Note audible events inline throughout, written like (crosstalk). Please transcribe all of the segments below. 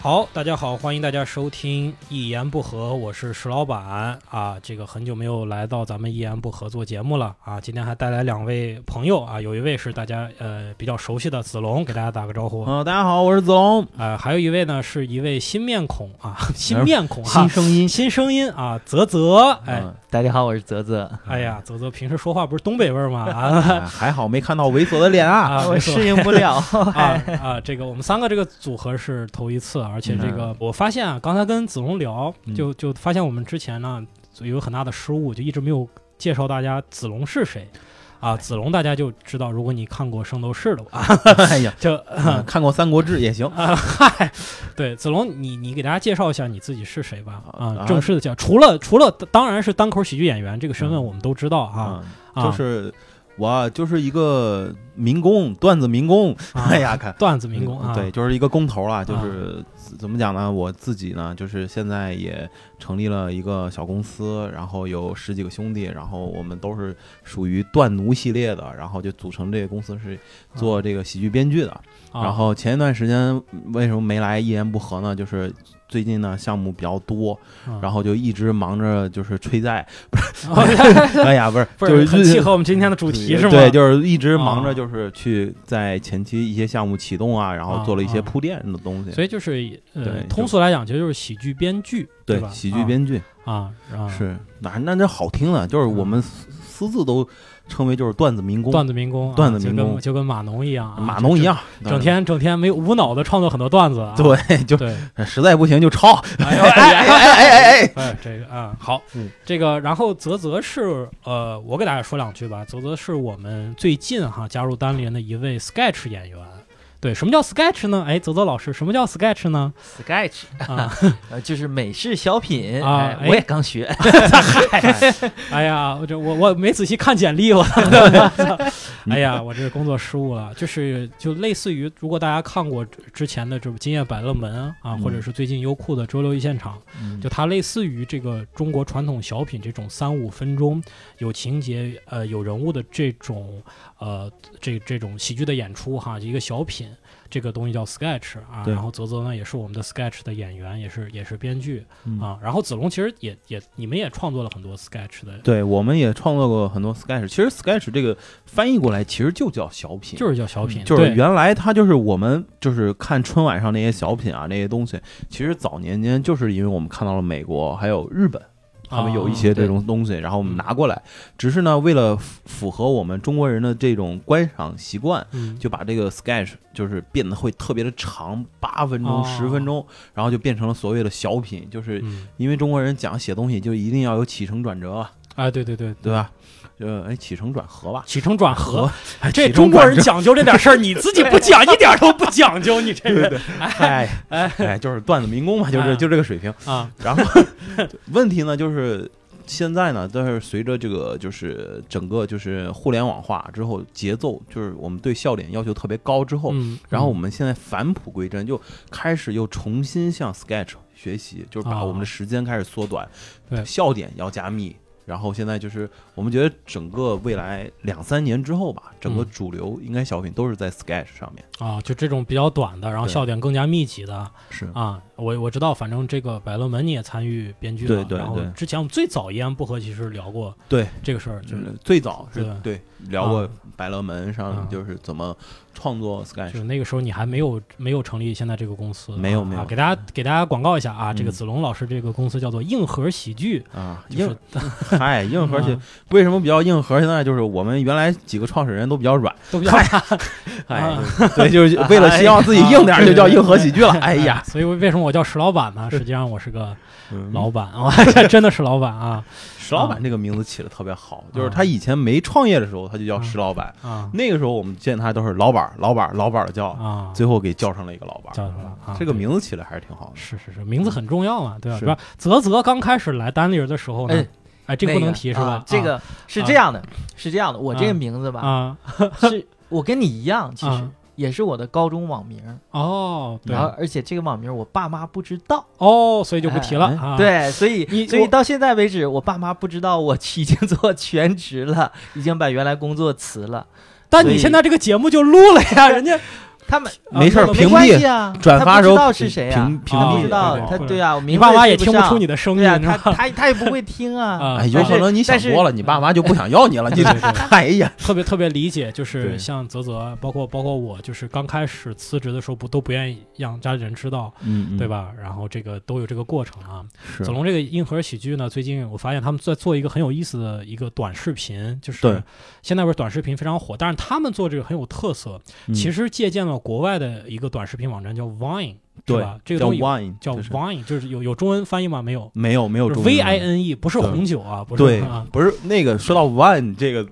好，大家好，欢迎大家收听《一言不合》，我是石老板啊。这个很久没有来到咱们《一言不合》做节目了啊，今天还带来两位朋友啊，有一位是大家呃比较熟悉的子龙，给大家打个招呼。嗯、大家好，我是子龙，呃，还有一位呢是一位新面孔啊，新面孔哈、新声音。新声音啊，泽泽，哎，嗯，大家好，我是泽泽。哎呀，泽泽平时说话不是东北味儿吗？啊哎还好没看到猥琐的脸啊！啊，我没错适应不了，啊啊，这个我们三个这个组合是头一次，而且这个我发现啊，刚才跟子龙聊，嗯就就发现我们之前呢有很大的失误，就一直没有介绍大家子龙是谁。啊，子龙大家就知道，如果你看过《圣斗士》的话， (laughs) (laughs) 哎呀，就、嗯看过《三国志》也行。 (laughs) 啊嗨，对子龙，你你给大家介绍一下你自己是谁吧？啊，啊正式的介绍，除了除了当然是单口喜剧演员这个身份，我们都知道啊，嗯啊就是我就是一个民工，段子民工。啊 (laughs) 哎呀，看嗯段子民工啊，对，就是一个工头啊，就是怎怎么讲呢？我自己呢，就是现在也成立了一个小公司，然后有十几个兄弟，然后我们都是属于段奴系列的，然后就组成这个公司是做这个喜剧编剧的。啊，然后前一段时间为什么没来一言不合呢？就是最近呢项目比较多，嗯然后就一直忙着就是 (laughs) 催债。啊哎呀，不是， (laughs) 不 (laughs) 就是很契是合我们今天的主题是吗？对，就是一直忙啊着就是去在前期一些项目启动啊，然后做了一些铺垫的东西。所以就是呃对，通俗来讲，其实就是喜剧编剧，对吧？喜剧编剧啊啊，嗯是哪那这好听啊，就是我们私私自都称为就是段子民工，段子民工啊，段子民工就跟就跟码农一样啊，码农一样，就，整天整天没有无脑的创作很多段子啊，对，就对，实在不行就抄。哎呦哎哎哎哎哎哎，哎，这个啊，好嗯，这个，然后泽泽是呃，我给大家说两句吧。泽泽是我们最近哈加入单立人的一位 sketch 演员。对，什么叫 sketch 呢？哎，泽泽老师，什么叫 sketch 呢？ sketch，啊， (laughs) 呃，就是美式小品啊哎哎我也 (laughs) 刚学， (laughs) 哎呀，我这我我没仔细看简历， (laughs) 我哎呀，我这工作失误了。就是就类似于，如果大家看过之前的这种《今夜百乐门》啊，嗯或者是最近优酷的《周六一现场》，就它类似于这个中国传统小品这种三五分钟有情节呃有人物的这种呃这这种喜剧的演出哈，一个小品。这个东西叫 sketch 啊，对然后泽泽呢也是我们的 sketch 的演员，也是也是编剧嗯啊。然后子龙其实也也你们也创作了很多 sketch 的对，我们也创作过很多 sketch。其实 sketch 这个翻译过来其实就叫小品，嗯就是叫小品，就是对原来它就是我们就是看春晚上那些小品啊那些东西。其实早年间就是因为我们看到了美国还有日本，他们有一些啊这种东西，然后我嗯们拿过来，只是呢为了符符合我们中国人的这种观赏习惯。嗯就把这个 sketch 就是变得会特别的长，八分钟、哦十、分钟，然后就变成了所谓的小品，就是嗯因为中国人讲写东西就一定要有起承转折啊，哎，对对对对。吧？呃，哎，起承转合吧，起承转合，哎这起中承国转人折讲究这点事儿，你自己不讲，一点都不讲究，你这人哎哎 (laughs) 哎，就是段子民工嘛，就是啊就这个水平。啊，然后问题呢，就是现在呢，但是随着这个就是整个就是互联网化之后，节奏就是我们对笑点要求特别高之后，嗯，然后我们现在返璞归真，就开始又重新向 Sketch 学习，就是把哦我们的时间开始缩短，对笑点要加密。然后现在就是我们觉得整个未来两三年之后吧，整个嗯主流应该小品都是在 Sketch 上面。啊，就这种比较短的，然后对嗯笑点更加密集的是啊，我我知道，反正这个《百乐门》你也参与编剧了，对对然后对之前我们最早一言不合其实聊过对这个事儿，就就是是最早是对对聊过啊百乐门啊上就是怎么创作就 Sketch，是那个时候你还没有没有成立现在这个公司，没有啊没有给大家给大家广告一下啊，这个嗯子龙老师这个公司叫做硬核喜 (laughs) 剧，啊，就硬是嗨硬核啊且为什么比较硬核？现在就是我们原来几个创始人都比较软，都比较哎啊，对，就是为了希望自己硬点儿，就叫硬核喜剧了。哎呀，嗯所以为什么我叫石老板呢？实际上我是个老老板啊， (laughs) 真的是老板啊石老板这个名字起的特别好，就是他以前没创业的时候，他就叫石老板，啊那个时候我们见他都是老板儿，老板儿，老板儿叫，啊！最后给叫上了一个老板叫儿。什么啊？嗯这个对名字起的还是挺好的。是是是，名字很重要嘛，对吧？是是吧？泽泽刚开始来单立人的时候呢哎，哎，这个不那能提是啊吧？这个是这样的，是这样的，我这个名字吧，啊是我跟你一样，其实啊也是我的高中网名，哦，对然后而且这个网名我爸妈不知道，哦，所以就不提了哎啊。对，所以你所以我到现在为止，我爸妈不知道我已经做全职了，已经把原来工作辞了。但所你以现在这个节目就录了呀，人家他们啊没事那儿个屏没蔽关系啊，转发他时不候知道是谁啊屏，屏嗯他不蔽知道对对他对对啊，我你名爸字妈也也听不出你的的声音，对啊，你知他道吗他他也不会听啊，啊哎，有但是可能你想但是多了，你爸妈就不想要你了。你对对对 (laughs) 哎呀，特别特别理解，就是对像泽泽，包括包括我，就是刚开始辞职的时候不都不愿意让家里人知道，嗯，对？吧？然后这个都有这个过程啊。是子龙这个硬核喜剧呢，最近我发现他们在做一个很有意思的一个短视频，就对是现在不是短视频非常火，但是他们做这个很有特色，其实实借鉴了国外的一个短视频网站叫 Vine，是对吧？这个叫东西 wine，叫就是 Vine，就是有有中文翻译吗？没有，没有没有就是中文 V I N E，不是对红酒啊，不是对啊，不是那个说到 wine 这个，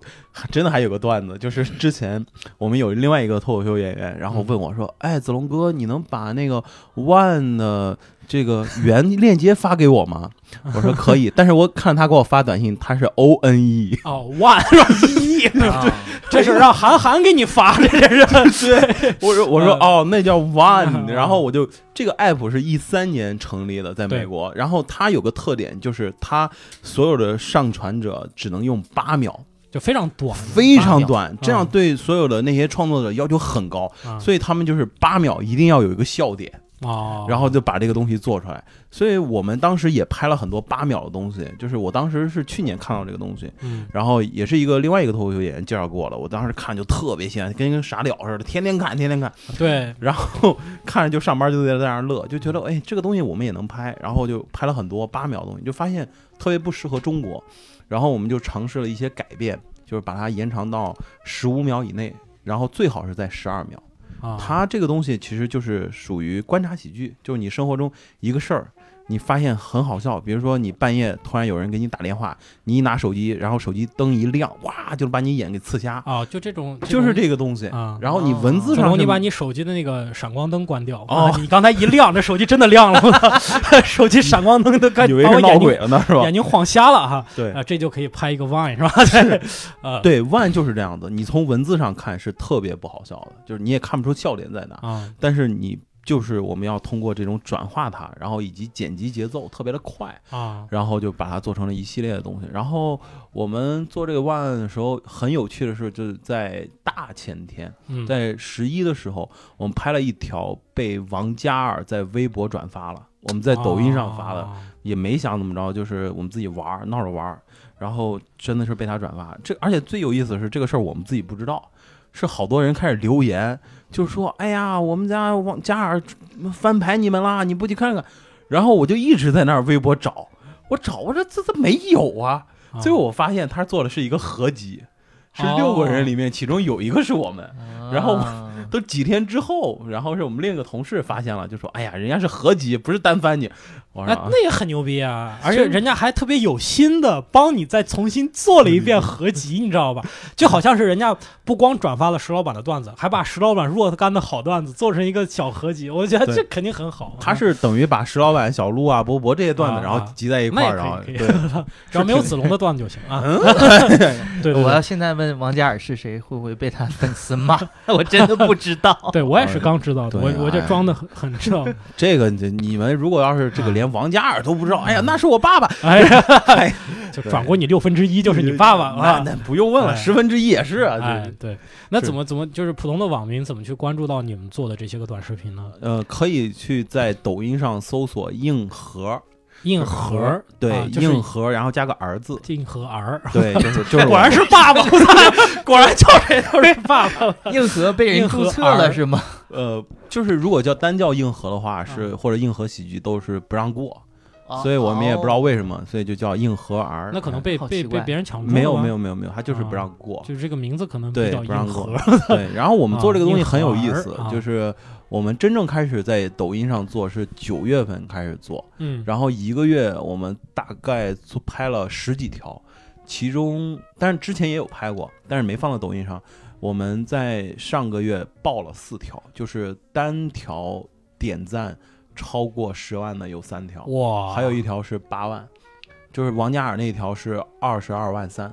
真的还有个段子，就是之前我们有另外一个脱口秀演员，然后问我说：“哎，子龙哥，你能把那个 wine 的这个原链接发给我吗？”我说：“可以。”但是我看他给我发短信，他是 O N E，哦，One (laughs) 是吧？一亿，这是让韩寒给你发的，这是。 (laughs) 我说我说嗯哦，那叫 One， (laughs) 嗯然后我就这个 app 是一三年成立的，在美国，然后它有个特点就是它所有的上传者只能用八秒，就非常短，非常短，这样嗯对所有的那些创作者要求很高，啊所以他们就是八秒一定要有一个笑点，哦，然后就把这个东西做出来。所以我们当时也拍了很多八秒的东西，就是我当时是去年看到这个东西，嗯，然后也是一个另外一个脱口秀演员介绍给我的，我当时看就特别喜欢，跟跟傻屌似的，天天看，天天看。对，然后 (laughs) 看着就上班就在那儿乐，就觉得哎，这个东西我们也能拍，然后就拍了很多八秒的东西，就发现特别不适合中国，然后我们就尝试了一些改变，就是把它延长到十五秒以内，然后最好是在十二秒。啊，它这个东西其实就是属于观察喜剧，就是你生活中一个事儿。你发现很好笑，比如说你半夜突然有人给你打电话，你一拿手机，然后手机灯一亮，哇，就把你眼给刺瞎，啊，就这种，就种是这个东西。啊。然后你文字子上龙，是你把你手机的那个闪光灯关掉。哦啊你刚才一亮，这手机真的亮了，我 (laughs) 操手机闪光 (laughs) 灯都快以为把是我闹眼鬼睛了呢，是吧眼？睛晃瞎了哈。对啊，这就可以拍一个 Vine 是吧？ (laughs) 呃，对，one 就是这样子。你从文字上看是特别不好笑的，就是你也看不出笑点在哪，啊，但是你就是我们要通过这种转化它，然后以及剪辑节奏特别的快，啊然后就把它做成了一系列的东西。然后我们做这个 one 的时候，很有趣的是，就是在大前天，嗯，在十一的时候，我们拍了一条被王嘉尔在微博转发了，我们在抖音上发的。哦也没想怎么着，就是我们自己玩儿闹着玩儿，然后真的是被他转发。这而且最有意思的是，这个事儿我们自己不知道，是好多人开始留言，就说：“哎呀，我们家王嘉尔翻牌你们啦，你不去看看？”然后我就一直在那儿微博找，我找我这这这没有啊。啊最后我发现他做的是一个合集，是六个人里面其中有一个是我们。 (laughs) 然后啊都几天之后，然后是我们另一个同事发现了，就说：“哎呀，人家是合集，不是单翻你。”我说哎啊：“，那也很牛逼啊！而且人家还特别有心的帮你再重新做了一嗯遍合集，你知道吧？就好像是人家不光转发了石老板的段子，还把石老板若干的好段子做成一个小合集，我觉得对这肯定很好。他是等于把石老板、小鹿啊、波波这些段啊子，然后集在一块那也儿，然后可以可以对，只要没有子龙的段子就行啊！嗯 (laughs) (laughs) 对对我对要现在问王嘉尔是谁，会不会被他粉丝骂？ (laughs) 我真的不知道。对，我也是刚知道的，对我哎我就装的很很知道。 (laughs) 这个你你们如果要是这啊个连王嘉尔都不知道，哎呀，那是我爸爸，哎呀，哎，就转过你六分之一就是你爸爸啊！那那不用问了，哎十分之一也是啊，哎这，对，那是怎么怎么就是普通的网民怎么去关注到你们做的这些个短视频呢？呃，可以去在抖音上搜索“硬核硬核儿”，啊对，就是，硬核，然后加个儿字 (laughs) 硬核 (laughs) 儿， (laughs) 对，就是就是我，果然是爸爸，我操果然叫谁都是爸爸。硬核被人硬核注册儿了是吗？呃，就是如果叫单叫硬核的话，是啊或者硬核喜剧都是不让过， (laughs) 哦所以我们也不知道为什么，所以就叫硬核儿。那可能被好被奇怪被别人抢注了没有吗啊没，有没有没有，他就是不让过，就是这个名字可能比对较不让硬核过。 (laughs) 对，然后我们做这个东西很有意啊思硬核儿啊，就是我们真正开始在抖音上做是九月份开始做，嗯，然后一个月我们大概做拍了十几条，其中但是之前也有拍过，但是没放到抖音上。我们在上个月爆了四条，就是单条点赞超过十万的有三条，哇，还有一条是八万，就是王嘉尔那条是二十二万三。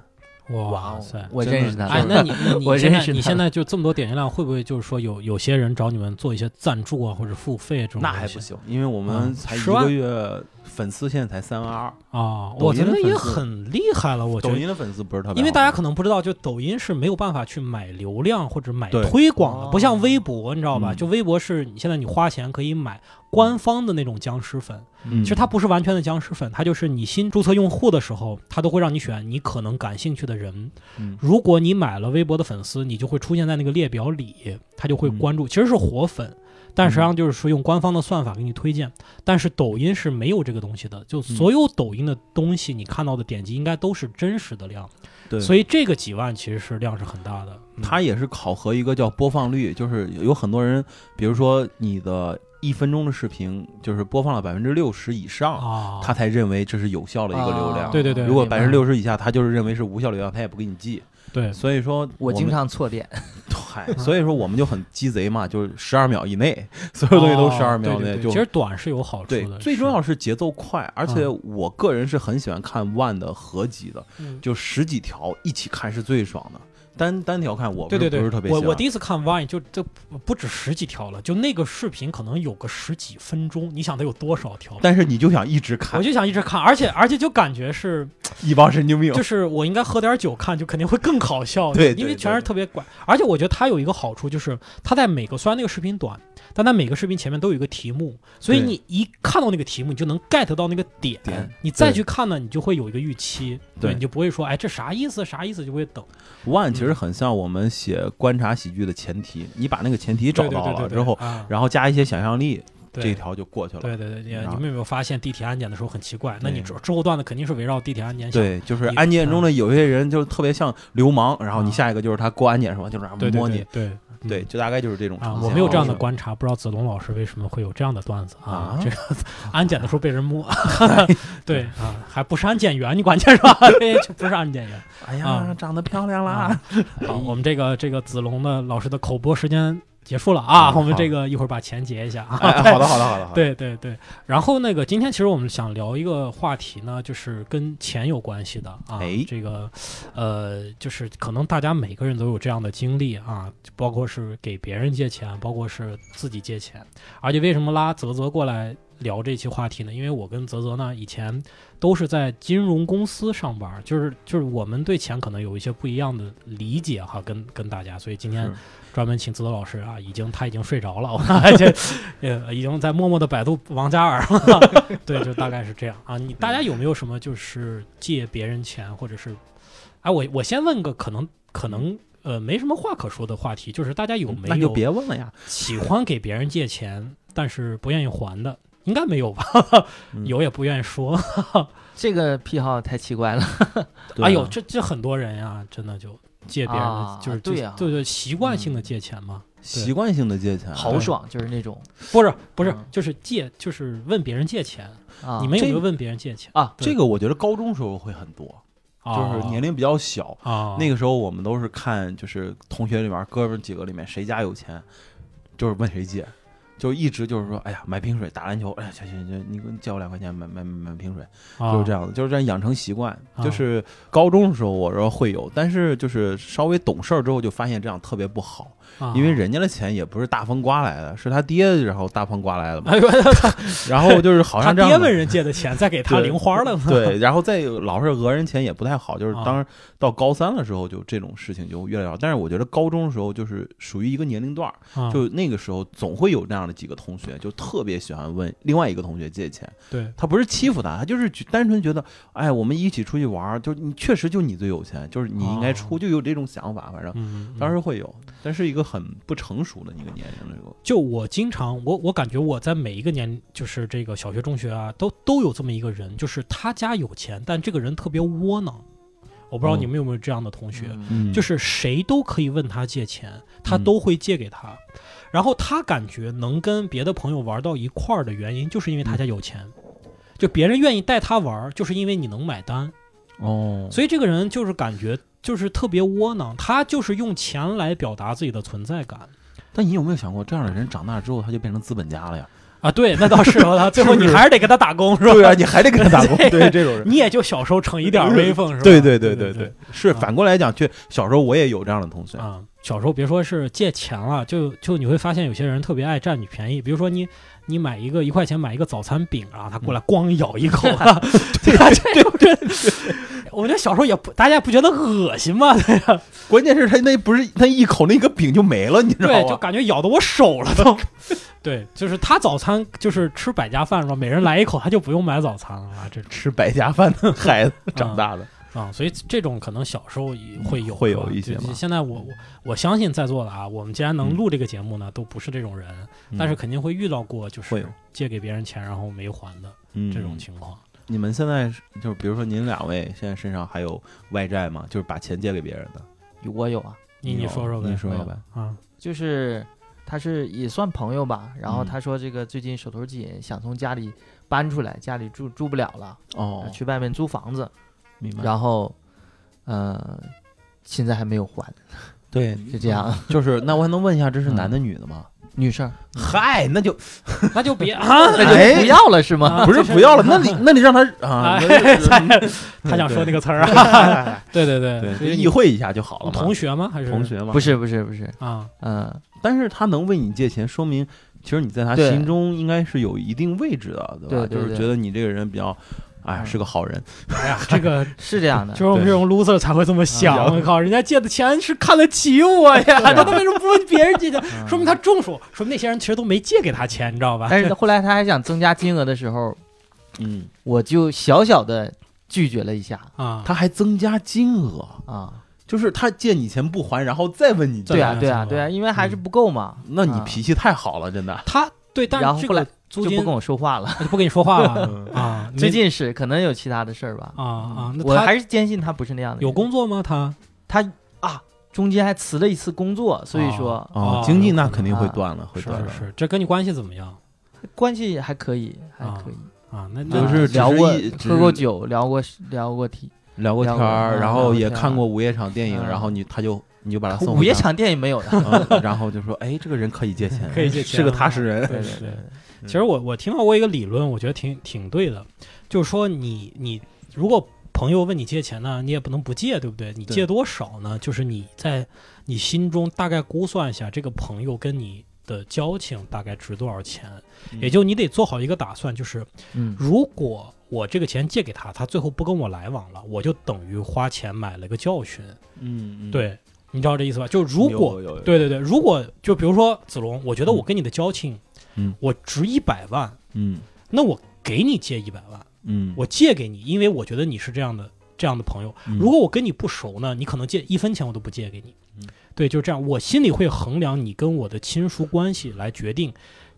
哦哇塞！我真的认识他，哎，那你 (laughs) 那我你现认在识你他现在就这么多点击量，会不会就是说有有些人找你们做一些赞助啊，或者付费这种东西？那还不行，因为我嗯们才一10万个月，粉丝现在才三万二，啊！抖我觉音的得也粉丝很厉害了，我觉抖得音的粉丝不是特别好，因为大家可能不知道，就抖音是没有办法去买流量或者买对推广的，哦不像微博，你知道吧？嗯就微博是你现在你花钱可以买官方的那种僵尸粉，嗯其实它不是完全的僵尸粉，它就是你新注册用户的时候，它都会让你选你可能感兴趣的人。嗯如果你买了微博的粉丝，你就会出现在那个列表里，它就会嗯关注，其实是活粉。但实际上就是说用官方的算法给你推荐，但是抖音是没有这个东西的，就嗯所有抖音的东西你看到的点击应该都是真实的量。对，所以这个几万其实是量是很大的。嗯它也是考核一个叫播放率，就是有很多人，比如说你的一分钟的视频，就是播放了百分之六十以上，啊，他才认为这是有效的一个流啊量。对对对如果明白百分之六十以下，他就是认为是无效流量，他也不给你记。对所以说们，我经常错点，嗨，所以说我们就很鸡贼嘛，就是十二秒以内，所有东西都十二哦秒对对内对就其实短是有好处对的。。最重要是节奏快，而且嗯我个人是很喜欢看万的合集的，嗯就十几条一起看是最爽的。单单条看我不对对是对，不是特别喜我欢。我第一次看 Vine 就这不不止十几条了，就那个视频可能有个十几分钟，你想得有多少条？但是你就想一直看我，就想一直看，而且而且就感觉 (laughs) 是，一帮神经病。就是我应该喝点酒看，就肯定会更搞笑，对对因为全是特别怪。而且我觉得它有一个好处就是，它在每个虽然那个视频短，但它每个视频前面都有一个题目，所以对你一看到那个题目，你就能 get 到那个点，点你再对去看呢，你就会有一个预期，对你就不会说哎这啥意思啥意思，就会等。 One 其实很像我们写观察喜剧的前提，你把那个前提对找对对到对了对之后，啊，然后加一些想象力，对这一条就过去了。对对对，你然后你们有没有发现地铁安检的时候很奇怪？那对你之之后段子肯定是围绕地铁安检想。对，就是安检中的嗯有些人就特别像流氓，然后你下一个就是他过安检什么，就是啊对对摸对你，对嗯对，就大概就是这种啊，呈我现没有这样的方式观察，不知道子龙老师为什么会有这样的段子啊啊？这个安检的时候被人摸，对啊，还不是安检员，你管这是吧？ (laughs) 这就不是安检员。哎啊呀，长得漂亮啦 (laughs) 啊！好，我们这个这个子龙的老师的口播时间结束了啊，嗯我们好这个一会儿把钱结一下 (laughs) 啊。哎，哎好的，好的，好的，好 (laughs) 的。对对对，然后那个今天其实我们想聊一个话题呢，就是跟钱有关系的啊。哎这个，呃，就是可能大家每个人都有这样的经历啊，就包括是给别人借钱，包括是自己借钱。而且为什么拉泽泽过来聊这期话题呢？因为我跟泽泽呢以前都是在金融公司上班，就是就是我们对钱可能有一些不一样的理解哈，跟跟大家，所以今天是专门请子德老师啊，已经他已经睡着了， (laughs) 我看这呃已经在默默的百度王嘉尔了， (laughs) 对，就大概是这样啊。你大家有没有什么就是借别人钱，或者是，哎，我我先问个可能可能呃没什么话可说的话题，就是大家有没那就有别问了呀。喜欢给别人借钱，但是不愿意还的？应该没有吧？(laughs) 嗯有也不愿意说。这个癖好太奇怪了。对啊哎呦，这这很多人呀，真的就借别人的啊，嗯就是对就呀对对，习惯性的借钱嘛。习惯性的借钱， (laughs) 豪爽就是那种不是不是嗯，就是借，就是问别人借钱。啊，你们有没有这问别人借钱？哦啊，对这个我觉得高中时候会很多，就是年龄比较小，啊，那个时候我们都是看，就是同学里面哥们儿几个里面谁家有钱，就是问谁借，就一直就是说，哎呀，买瓶水打篮球，哎呀，行行行，你给我借我两块钱买买买买瓶水，个就是这样。样的，就是这样养成习惯。啊就是高中的时候我说会有，但是就是稍微懂事儿之后就发现这样特别不好，啊因为，人家的钱也不是大风刮来的，是他爹然后大风刮来的嘛， (laughs) 哎呦，然后就是好他像这样爹的问人借的钱，再给他对零花 (laughs) (laughs) 了嘛。对，然后再有老是讹人钱也不太好，就是啊当时到高三的时候，就这种事情就越来越少。但是我觉得高中的时候就是属于一个年龄段儿，啊，就那个时候总会有那样的几个同学，就特别喜欢问另外一个同学借钱。对嗯他不是欺负他，他就是觉单纯觉得，哎，我们一起出去玩儿，就是你确实就你最有钱，就是你应该出，哦就有这种想法。反正嗯，嗯，当时会有，但是一个很不成熟的一个年龄的时候，就我经常，我我感觉我在每一个年，就是这个小学、中学啊，都都有这么一个人，就是他家有钱，但这个人特别窝囊。我不知道嗯你们有没有这样的同学，嗯嗯就是谁都可以问他借钱，他嗯都会借给他。然后他感觉能跟别的朋友玩到一块儿的原因，就是因为他家有钱，嗯就别人愿意带他玩儿，就是因为你能买单。哦，所以这个人就是感觉就是特别窝囊，他就是用钱来表达自己的存在感。但你有没有想过，这样的人长大之后他就变成资本家了呀？啊，对， (laughs) 那倒是， (laughs) 我操，最后你还是得给他打工，是吧？，对啊，你还得给他打工对对这种人。你也就小时候逞一点儿威风，是吧？对对对对对对，是啊反过来讲，却小时候我也有这样的同学，啊，小时候别说是借钱了，就就你会发现有些人特别爱占你便宜，比如说你你买一个一块钱买一个早餐饼啊，他嗯过来咣咬一口，啊 (laughs) 对吧？这种人，我觉得小时候也不大家也不觉得恶心 (laughs) 吗？对呀关键是他那不是他一口那个饼就没了，你知道对，就吗？感觉咬的我手了都。 (laughs) 对，就是他早餐就是吃百家饭是吧？每人来一口，他就不用买早餐了啊，这种 (laughs) 吃百家饭的孩子长 (laughs) 大的，啊，所以这种可能小时候也会有会是吧有一些就吧就现在我我我相信在座的啊，我们既然能嗯录这个节目呢，都不是这种人。嗯但是肯定会遇到过，就会是有借给别人钱然后没还的嗯这种情况。你们现在是就是比如说您两位现在身上还有外债吗？就是把钱借给别人的，我有啊，你有说说呗，你说说呗。啊，就是他是也算朋友吧，然后嗯他说这个最近手头紧，想从家里搬出来，家里住住不了了，啊哦，去外面租房子，明嗯白。然后，呃，现在还没有还，对，就这样，嗯就是那我还能问一下，这是嗯男的女的吗？女生嗯嗨，那就那就别啊，那就不要了是吗？啊不是不要了，那你那你让他 (laughs) 啊，那就哎他想说那个词儿啊，个，对 (laughs) 对对，所对， (laughs) 以意你会一下就好了嘛。同学吗？还是同学嘛，不是不是不是，啊？嗯，但是他能问你借钱，说明其实你在他对心中应该是有一定位置的，对吧？对对就是对觉得你这个人比较，哎，嗯是个好人。哎呀，这 (laughs) 个是这样 (laughs) 的就，是我们这种 loser 才会这么啊想。我靠，人家借的钱是看得起我呀， (laughs) 对啊那他为什么不问别人借钱？嗯说明他中暑，说明那些人其实都没借给他哎钱，你知道吧？ (laughs) 但是后来他还想增加金额的时候，嗯，我就小小的拒绝了一下啊，他还增加金额，啊，就是他借你钱不还，然后再问你对对借。啊对啊对啊对啊，因为还是不够嘛。那你啊脾气太好了，真的。他对，但然是这后后来个租就金不跟我说话了。 (laughs) 就不跟你说话了 (laughs) 嗯啊？没最近是可能有其他的事儿吧。啊啊，那我他还是坚信他不是那样的人。有工作吗？他他啊，中间还辞了一次工作，所以说、哦经济有那可能肯定会啊断了，会是断了。是，这跟你关系怎么样关系还可以，还啊可以。啊？那嗯就那啊是只聊是过一只喝过是酒，聊过聊过天。聊过聊天过儿，嗯然聊后过也天看儿过午夜场电影，嗯然后你他就你就把他送午回夜家，场电影没有的。 (laughs) 嗯然后就说哎，这个人可以借钱， (laughs) 可以借是钱个啊踏实人。对对对对，其实我我听到过一个理论，我觉得挺挺对的，就是说你你如果朋友问你借钱呢，你也不能不借，对不对？你对借多少呢？就是你在你心中大概估算一下，这个朋友跟你的交情大概值多少钱，嗯也就你得做好一个打算，就是嗯，如果我这个钱借给他，他最后不跟我来往了，我就等于花钱买了个教训。嗯，嗯，对，你知道这意思吧？就如果有有有对对对，如果就比如说子龙，我觉得我跟你的交情，嗯我值一百万，嗯那我给你借一百万，嗯，我借给你，因为我觉得你是这样的这样的朋友。嗯如果我跟你不熟呢，你可能借一分钱我都不借给你嗯。对，就这样，我心里会衡量你跟我的亲疏关系来决定，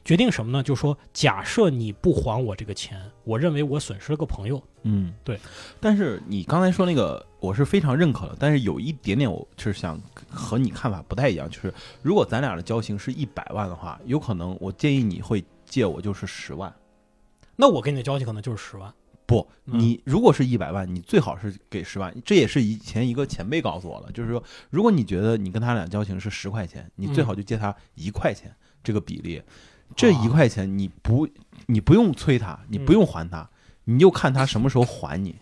决定什么呢？就说假设你不还我这个钱，我认为我损失了个朋友。嗯，对。但是你刚才说那个，我是非常认可的，但是有一点点，我就是想和你看法不太一样，就是如果咱俩的交情是一百万的话，有可能我建议你会借我就是十万。那我跟你的交情可能就是十万。不，嗯你如果是一百万，你最好是给十万。这也是以前一个前辈告诉我了，就是说，如果你觉得你跟他俩交情是十块钱，你最好就借他一块钱、这个比例。这一块钱你不，你不用催他，你不用还他，你就看他什么时候还你。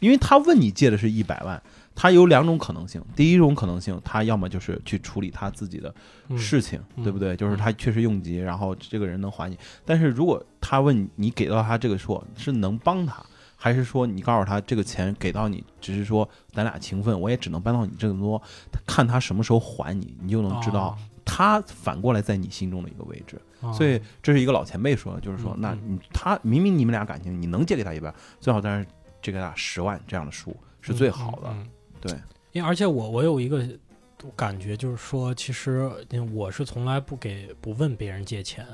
因为他问你借的是一百万，他有两种可能性。第一种可能性，他要么就是去处理他自己的嗯、事情，嗯对不对？就是他确实用急，然后这个人能还你。但是如果他问你你给到他这个数是能帮他，还是说你告诉他这个钱给到你，只是说咱俩情分，我也只能帮到你这么多，看他什么时候还你，你就能知啊道他反过来在你心中的一个位置。哦，所以这是一个老前辈说的，就是说嗯，那嗯你他明明你们俩感情，你能借给他一百，最好但是借给他十万这样的数是最好的。嗯嗯嗯对，因为而且我我有一个感觉，就是说，其实嗯我是从来不给不问别人借钱，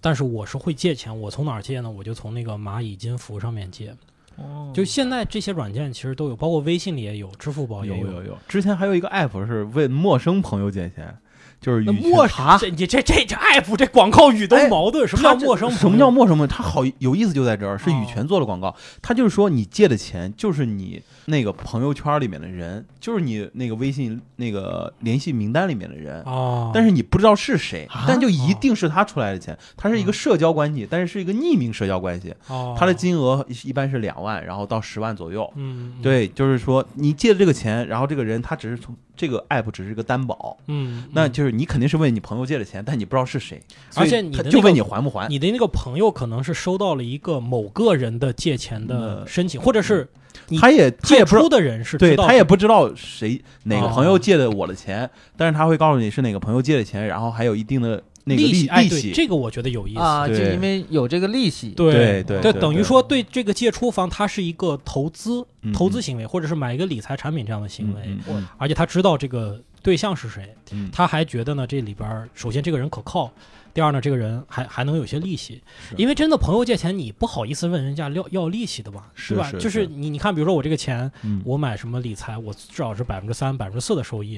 但是我是会借钱。我从哪儿借呢？我就从那个蚂蚁金服上面借。哦就现在这些软件其实都有，哦包括微信里也有，支付宝也有有有，之前还有一个 app 是问陌生朋友借钱，就是那与群陌生，啊这你这这这 app 这广告语都哎矛盾，什么他叫这陌生朋友？什么叫陌生朋友？他好有意思就在这儿，是羽哦泉做的广告。他就是说，你借的钱就是你那个朋友圈里面的人，就是你那个微信那个联系名单里面的人，哦？但是你不知道是谁啊，但就一定是他出来的钱。他是一个嗯社交关系，但是是一个匿名社交关系。哦他的金额一般是两万，然后到十万左右。嗯，嗯，对，就是说你借的这个钱，然后这个人他只是从这个 app 只是个担保，嗯，那嗯就是你肯定是问你朋友借的钱，但你不知道是谁，而且所以你他的那就个问你还不还。你的那个朋友可能是收到了一个某个人的借钱的嗯申请，或者是你他也他也借不知出道，的人是对知道他也不知道谁哪个哦朋友借的我的钱，但是他会告诉你是哪个朋友借的钱，然后还有一定的那个利利哎，利对，息。这个我觉得有意思。啊，就对因为有这个利息，对对对对，对等于对说对这个借出方，他是一个投资、嗯投资行为，或者是买一个理财产品这样的行为，嗯嗯而且他知道这个对象是谁，嗯他还觉得呢，这里边儿首先这个人可靠，第二呢，这个人还还能有些利息，是因为真的朋友借钱，你不好意思问人家要要利息的吧，是对吧？是就是是你你看，比如说我这个钱，嗯我买什么理财，我至少是百分之三、百分之四的收益，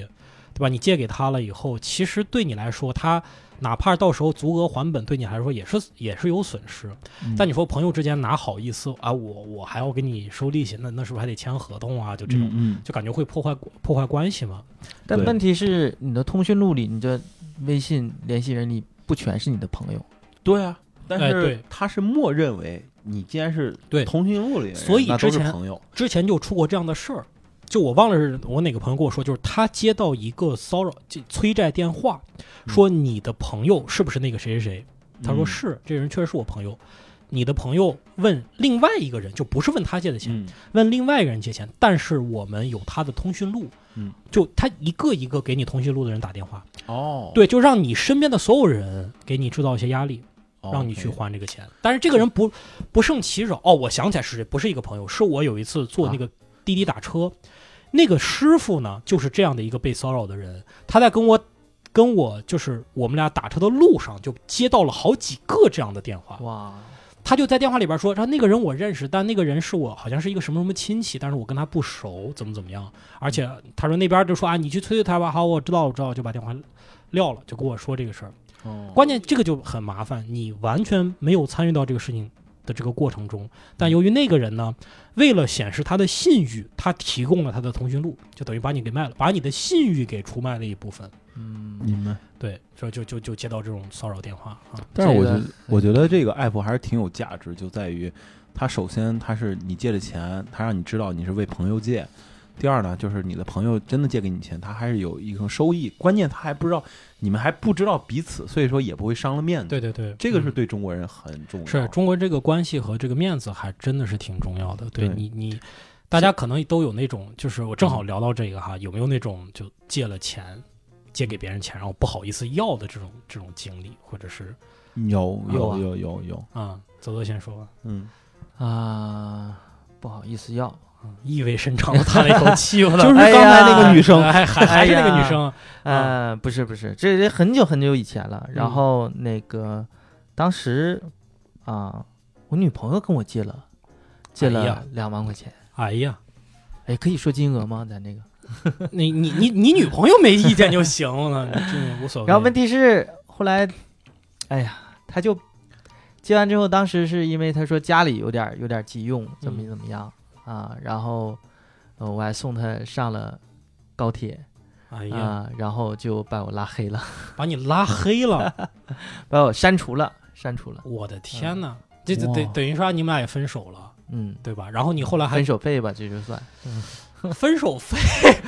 对吧？你借给他了以后，其实对你来说，他哪怕到时候足额还本，对你来说也是也是有损失。嗯但你说朋友之间哪好意思啊？我我还要给你收利息，那那是不是还得签合同啊？就这种，嗯就感觉会破坏破坏关系嘛。但对问题是你的通讯录里，你的微信联系人里不全是你的朋友，对啊，但哎是对他是默认为你既然是对通讯录里的人，所以那都之是前朋友，之前就出过这样的事儿，就我忘了是我哪个朋友跟我说，就是他接到一个骚扰这催债电话，嗯说你的朋友是不是那个谁谁谁？他说嗯是，这人确实是我朋友。你的朋友问另外一个人，就不是问他借的钱，嗯问另外一个人借钱，但是我们有他的通讯录，嗯，就他一个一个给你通讯录的人打电话，哦，对，就让你身边的所有人给你制造一些压力，哦，让你去 OK 还这个钱。但是这个人不不胜其扰。哦，我想起来是谁，不是一个朋友，是我有一次啊坐那个滴滴打车，那个师傅呢就是这样的一个被骚扰的人，他在跟我跟我就是我们俩打车的路上就接到了好几个这样的电哦话，哇，他就在电话里边说，说那个人我认识，但那个人是我好像是一个什么什么亲戚，但是我跟他不熟，怎么怎么样。而且嗯他说那边就说啊，你去催催他吧，好，我知道了，我知道了，就把电话撂了，就跟我说这个事儿。哦关键这个就很麻烦，你完全没有参与到这个事情的这个过程中。但由于那个人呢，为了显示他的信誉，他提供了他的通讯录，就等于把你给卖了，把你的信誉给出卖了一部分。嗯，你们，对，所以就就就接到这种骚扰电话啊。但是我觉这个得，我觉得这个 app 还是挺有价值，就在于它首先它是你借的钱，它让你知道你是为朋友借；第二呢，就是你的朋友真的借给你钱，他还是有一个收益，关键他还不知道你们还不知道彼此，所以说也不会伤了面子。对对对，这个是嗯对中国人很重要。是中国这个关系和这个面子还真的是挺重要的。对对你你，大家可能都有那种，就是我正好聊到这个哈，有没有那种就借了钱，借给别人钱，然后不好意思要的这种这种经历，或者是有有有啊有有有，啊，泽泽先说吧。嗯，啊，不好意思要，嗯意味深长的叹了一口气，我的 (laughs) 就是哎刚才那呀个女生，还还还是那个哎呀女生，啊呃，不是不是，这也很久很久以前了。然嗯后那个当时啊，我女朋友跟我借了借哎呀了两万块钱，哎呀，哎，可以说金额吗？咱这个？你你你你女朋友没意见就行了，这无所谓。然后问题是后来，哎呀，他就接完之后，当时是因为他说家里有点有点急用，怎么嗯怎么样、啊，然后、呃、我还送他上了高铁哎呀，啊，然后就把我拉黑了， (laughs) 把你拉黑了，把我删除了，删除了，我的天哪！这这等嗯哇等于说你们俩也分手了，嗯，对吧？然后你后来还分手费吧，这就算。分手费， (laughs)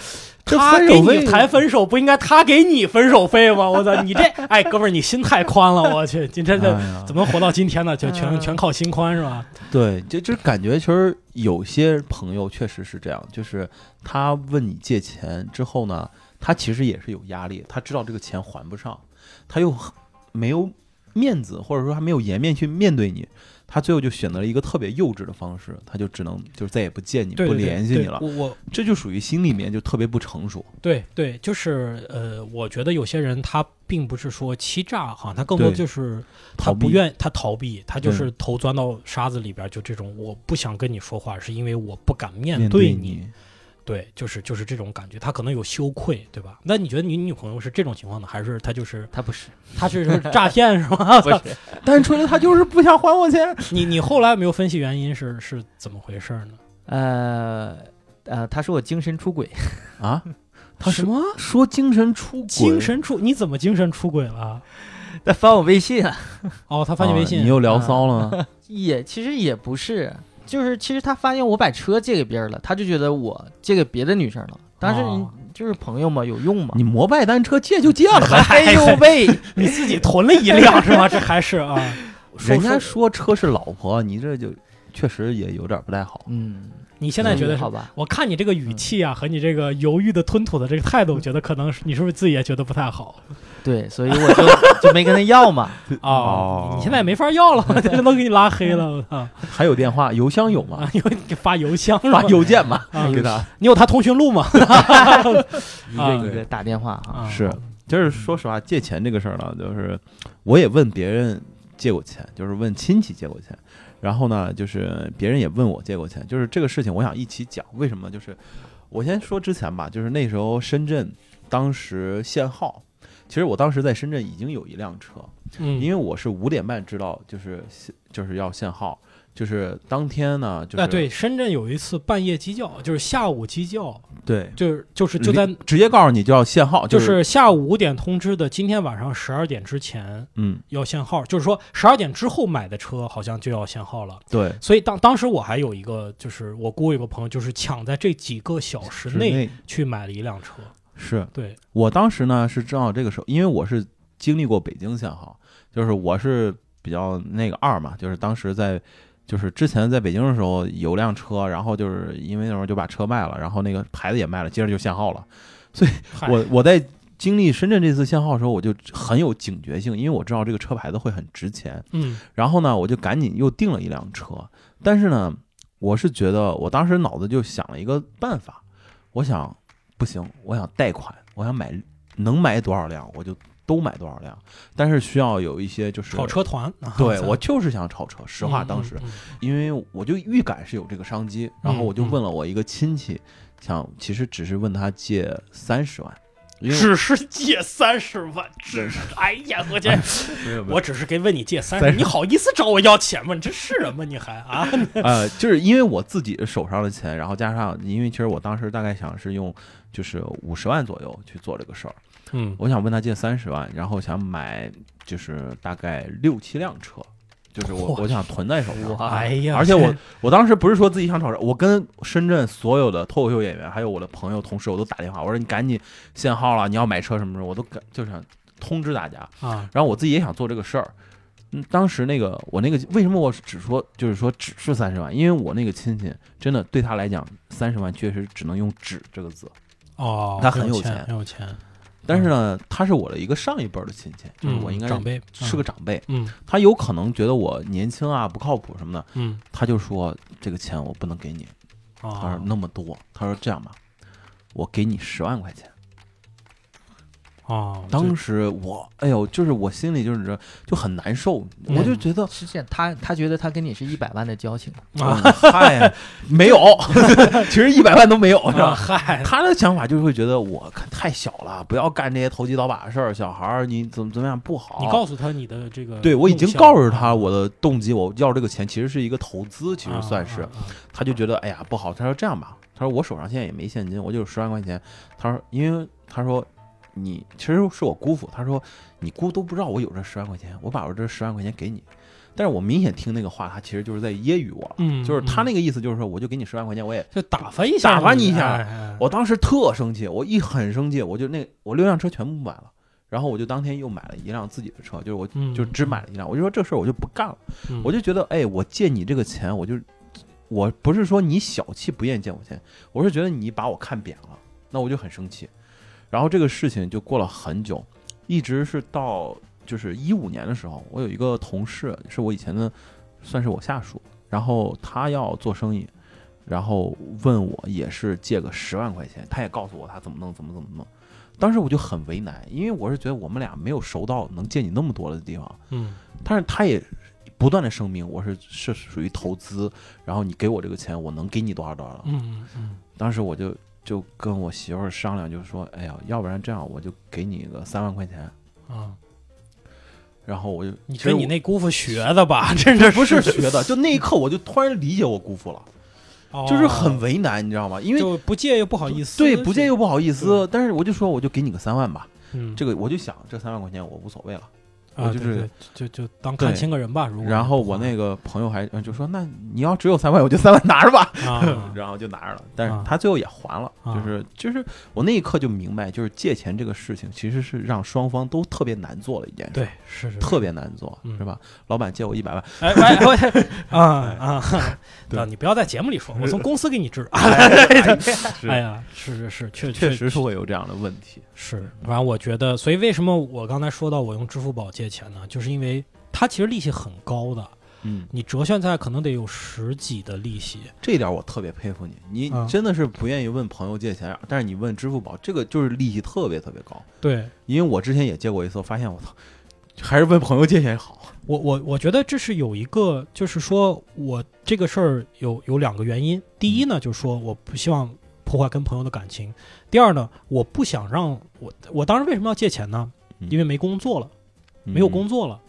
这他分给手你费谈分手，不应该他给你分手费吗？我操，你这哎哥们儿，你心太宽了，我去，今天这哎呀怎么活到今天呢？啊就嗯全全靠心宽是吧？对，就就感觉其实有些朋友确实是这样，就是他问你借钱之后呢，他其实也是有压力，他知道这个钱还不上，他又很没有面子，或者说他没有颜面去面对你，他最后就选择了一个特别幼稚的方式，他就只能就是再也不见你，对不对对联系对你了，我我这就属于心里面就特别不成熟。对对，就是呃，我觉得有些人他并不是说欺诈哈，他更多对就是他逃避不愿他逃避，他就对是头钻到沙子里边儿，就这种我不想跟你说话，是因为我不敢面面对你，对，就是就是这种感觉，他可能有羞愧，对吧？那你觉得你女朋友是这种情况呢，还是她就是他不是，她是是诈 (laughs) 骗是吗？不是，单纯的他就是不想还我钱。 (laughs) 你你后来有没有分析原因是是怎么回事呢？呃呃，他说我精神出轨，啊，他什么说精神出轨，精神出？你怎么精神出轨了？他翻我微信啊，哦，他发你微啊信，你又聊骚了吗？ (laughs) 也其实也不是，就是其实他发现我把车借给别人了，他就觉得我借给别的女生了。但是你哦就是朋友嘛，有 (laughs) 用嘛？你摩拜单车借就借了呗，哎呦喂，你自己囤了一辆是吗？这还是啊， (laughs) 人家说车是老婆，你这就确实也有点不太好。嗯，你现在觉得是好吧？我看你这个语气嗯啊，和你这个犹豫的、吞吐的这个态度，我觉得可能是你是不是自己也觉得不太 (laughs) 好对，所以我就就没跟他要嘛。哦啊？你你现在也没法要了， (laughs) 这人都给你拉黑了，我操！还有电话，邮箱有吗啊？，因为你发邮箱是吧 (laughs) 发？邮件吧啊，给他。你有他通讯录 (laughs) 吗？一啊个一个打电话啊，啊是，就是说实话，借钱这个事儿呢，就是我也问别人借过钱，就是问亲戚借过钱，然后呢，就是别人也问我借过钱，就是这个事情，我想一起讲。为什么？就是我先说之前吧，就是那时候深圳当时限号，其实我当时在深圳已经有一辆车，嗯，因为我是五点半知道，就是就是要限号，就是当天呢，就是、啊，对，深圳有一次半夜鸡叫，就是下午鸡叫，对，就是就是就在直接告诉你就要限号，、就是是下午五点通知的，今天晚上十二点之前嗯，要限号，就是说十二点之后买的车好像就要限号了。对，所以当当时我还有一个，就是我姑有个朋友，就是抢在这几个小时室内内去买了一辆车。是对，我当时呢是正好这个时候，因为我是经历过北京限号，就是我是比较那个二嘛，就是当时在。就是之前在北京的时候有辆车，然后就是因为那时候就把车卖了，然后那个牌子也卖了，接着就限号了。嗨我我在经历深圳这次限号的时候，我就很有警觉性，因为我知道这个车牌子会很值钱。嗯然后呢，我就赶紧又订了一辆车。但是呢，我是觉得我当时脑子就想了一个办法，我想不行，我想贷款，我想买能买多少辆我就都买多少辆，但是需要有一些就是炒。车团，啊对，操我就是想炒车。实话，嗯当时嗯因为我就预感是有这个商机，然后我就嗯嗯问了我一个亲戚，想其实只是问他借三十万，因嗯为只是借三十万，只是哎呀，我这没有没有我只是跟问你借三三十，十你好意思找我要钱吗？你这是人吗？你还啊？呃，就是因为我自己手上的钱，然后加上，因为其实我当时大概想是用就是五十万左右去做这个事儿，嗯我想问他借三十万，然后想买就是大概六七辆车，就是我嚯我想囤在手上。哇哎呀，而且我我当时不是说自己想炒车，我跟深圳所有的脱口秀演员，还有我的朋友、同事，我都打电话，我说你赶紧限号了，你要买车什么什么，我都赶就想通知大家。啊，然后我自己也想做这个事儿。嗯，当时那个我那个为什么我只说就是说只是三十万？因为我那个亲戚真的对他来讲，三十万确实只能用“只”这个字。哦，他很有有钱很有钱，但是呢，他是我的一个上一辈儿的亲戚，就是嗯我应该长辈是个，长辈，嗯他有可能觉得我年轻啊不靠谱什么的，嗯他就说这个钱我不能给你，嗯他说啊那么多，他说这样吧，我给你十万块钱。啊，当时我哎呦，就是我心里就是你知道就很难受，嗯我就觉得啊是这样，他他觉得他跟你是一百万的交情， (laughs) 就啊嗯嗨，没有， (laughs) 其实一百万都没有，是啊吧？嗨，他的想法就是会觉得我看太小了，不要干这些投机倒把的事儿，小孩儿你怎么怎么样不好。你告诉他你的这个啊动向，对我已经告诉他我的动机，我要这个钱其实是一个投资，其实算是啊。啊啊他就觉得哎呀不好，他说这样吧，他说我手上现在也没现金，我就有十万块钱。他说因为他说你其实是我姑父，他说你姑都不知道我有这十万块钱，我把我这十万块钱给你。但是我明显听那个话，他其实就是在揶揄我了。嗯，就是他那嗯个意思，就是说我就给你十万块钱，我也，就打发一下，打发你一下哎，哎我当时特生气，我一很生气，我就那我六辆车全部买了，然后我就当天又买了一辆自己的车，就是我嗯就只买了一辆，我就说这事儿我就不干了，嗯我就觉得哎，我借你这个钱，我就我不是说你小气不愿意借我钱，我是觉得你把我看扁了，那我就很生气，然后这个事情就过了很久，一直是到就是一五年的时候，我有一个同事是我以前的，算是我下属，然后他要做生意，然后问我也是借个十万块钱，他也告诉我他怎么弄怎么怎么弄，当时我就很为难，因为我是觉得我们俩没有熟到能借你那么多的地方，嗯但是他也不断的声明我是是属于投资，然后你给我这个钱，我能给你多少多少，嗯嗯当时我就就跟我媳妇儿商量，就说：“哎呀，要不然这样，我就给你个三万块钱。啊，”然 (laughs) 后我就你其实跟你我那姑父学的吧？ (laughs) 真是不是学的，就那一刻我就突然理解我姑父了，就是很哦为难，你知道吗？因为就不借又不好意思，嗯对不借又又不好意思，但是我就说我就给你个三万吧，嗯，这个我就想这三万块钱我无所谓了。我啊就对是对就就当看对清个人吧。如果然后我那个朋友还呃就说：“那你要只有三万，我就三万拿着吧。”啊 (laughs) 然后就拿着了，但是啊他最后也还了。啊就是就是我那一刻就明白，就是借钱这个事情其实是让双方都特别难做的一件事，对是是特别难做，嗯是吧？老板借我一百万，哎哎 (laughs) 喂啊啊！ (laughs) 对啊，你不要在节目里说，我从公司给你 (laughs) 治。 (laughs) 哎呀，是是是，确确实是会有这样的问题。是，反正我觉得，所以为什么我刚才说到我用支付宝借钱呢？就是因为它其实利息很高的，嗯，你折现在可能得有十几的利息。这一点我特别佩服你，你啊真的是不愿意问朋友借钱，啊但是你问支付宝，这个就是利息特别特别高。对因为我之前也借过一次，我发现我操，还是问朋友借钱好。我，我我觉得这是有一个，就是说我这个事儿有有两个原因。第一嗯呢，就是说我不希望破坏跟朋友的感情；第二呢，我不想让我我当时为什么要借钱呢？嗯因为没工作了， (laughs) 没有工作作，了，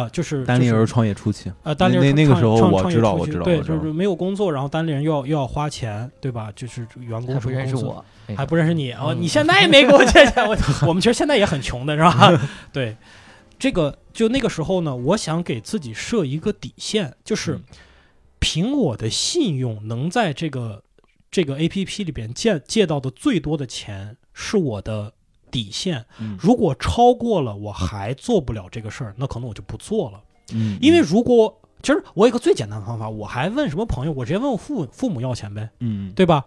啊、就是嗯单立就是人创业初期，呃，单立那人那创那个时候创我创业知道初我期知道对，我知就道是没有工作，然后单立人又要又要花钱，对吧？就是员工还不什么认识工资我，哎还不认识你哦，嗯你现在也没给我借钱，我我们其实现在也很穷的是吧？ (laughs) 对，这个就那个时候呢，我想给自己设一个底线，就是嗯凭我的信用能在这个这个 A P P 里边借借到的最多的钱是我的底线，嗯如果超过了我还做不了这个事儿，那可能我就不做了。嗯因为如果其实我有一个最简单的方法，我还问什么朋友，我直接问我父父母要钱呗，嗯，对吧？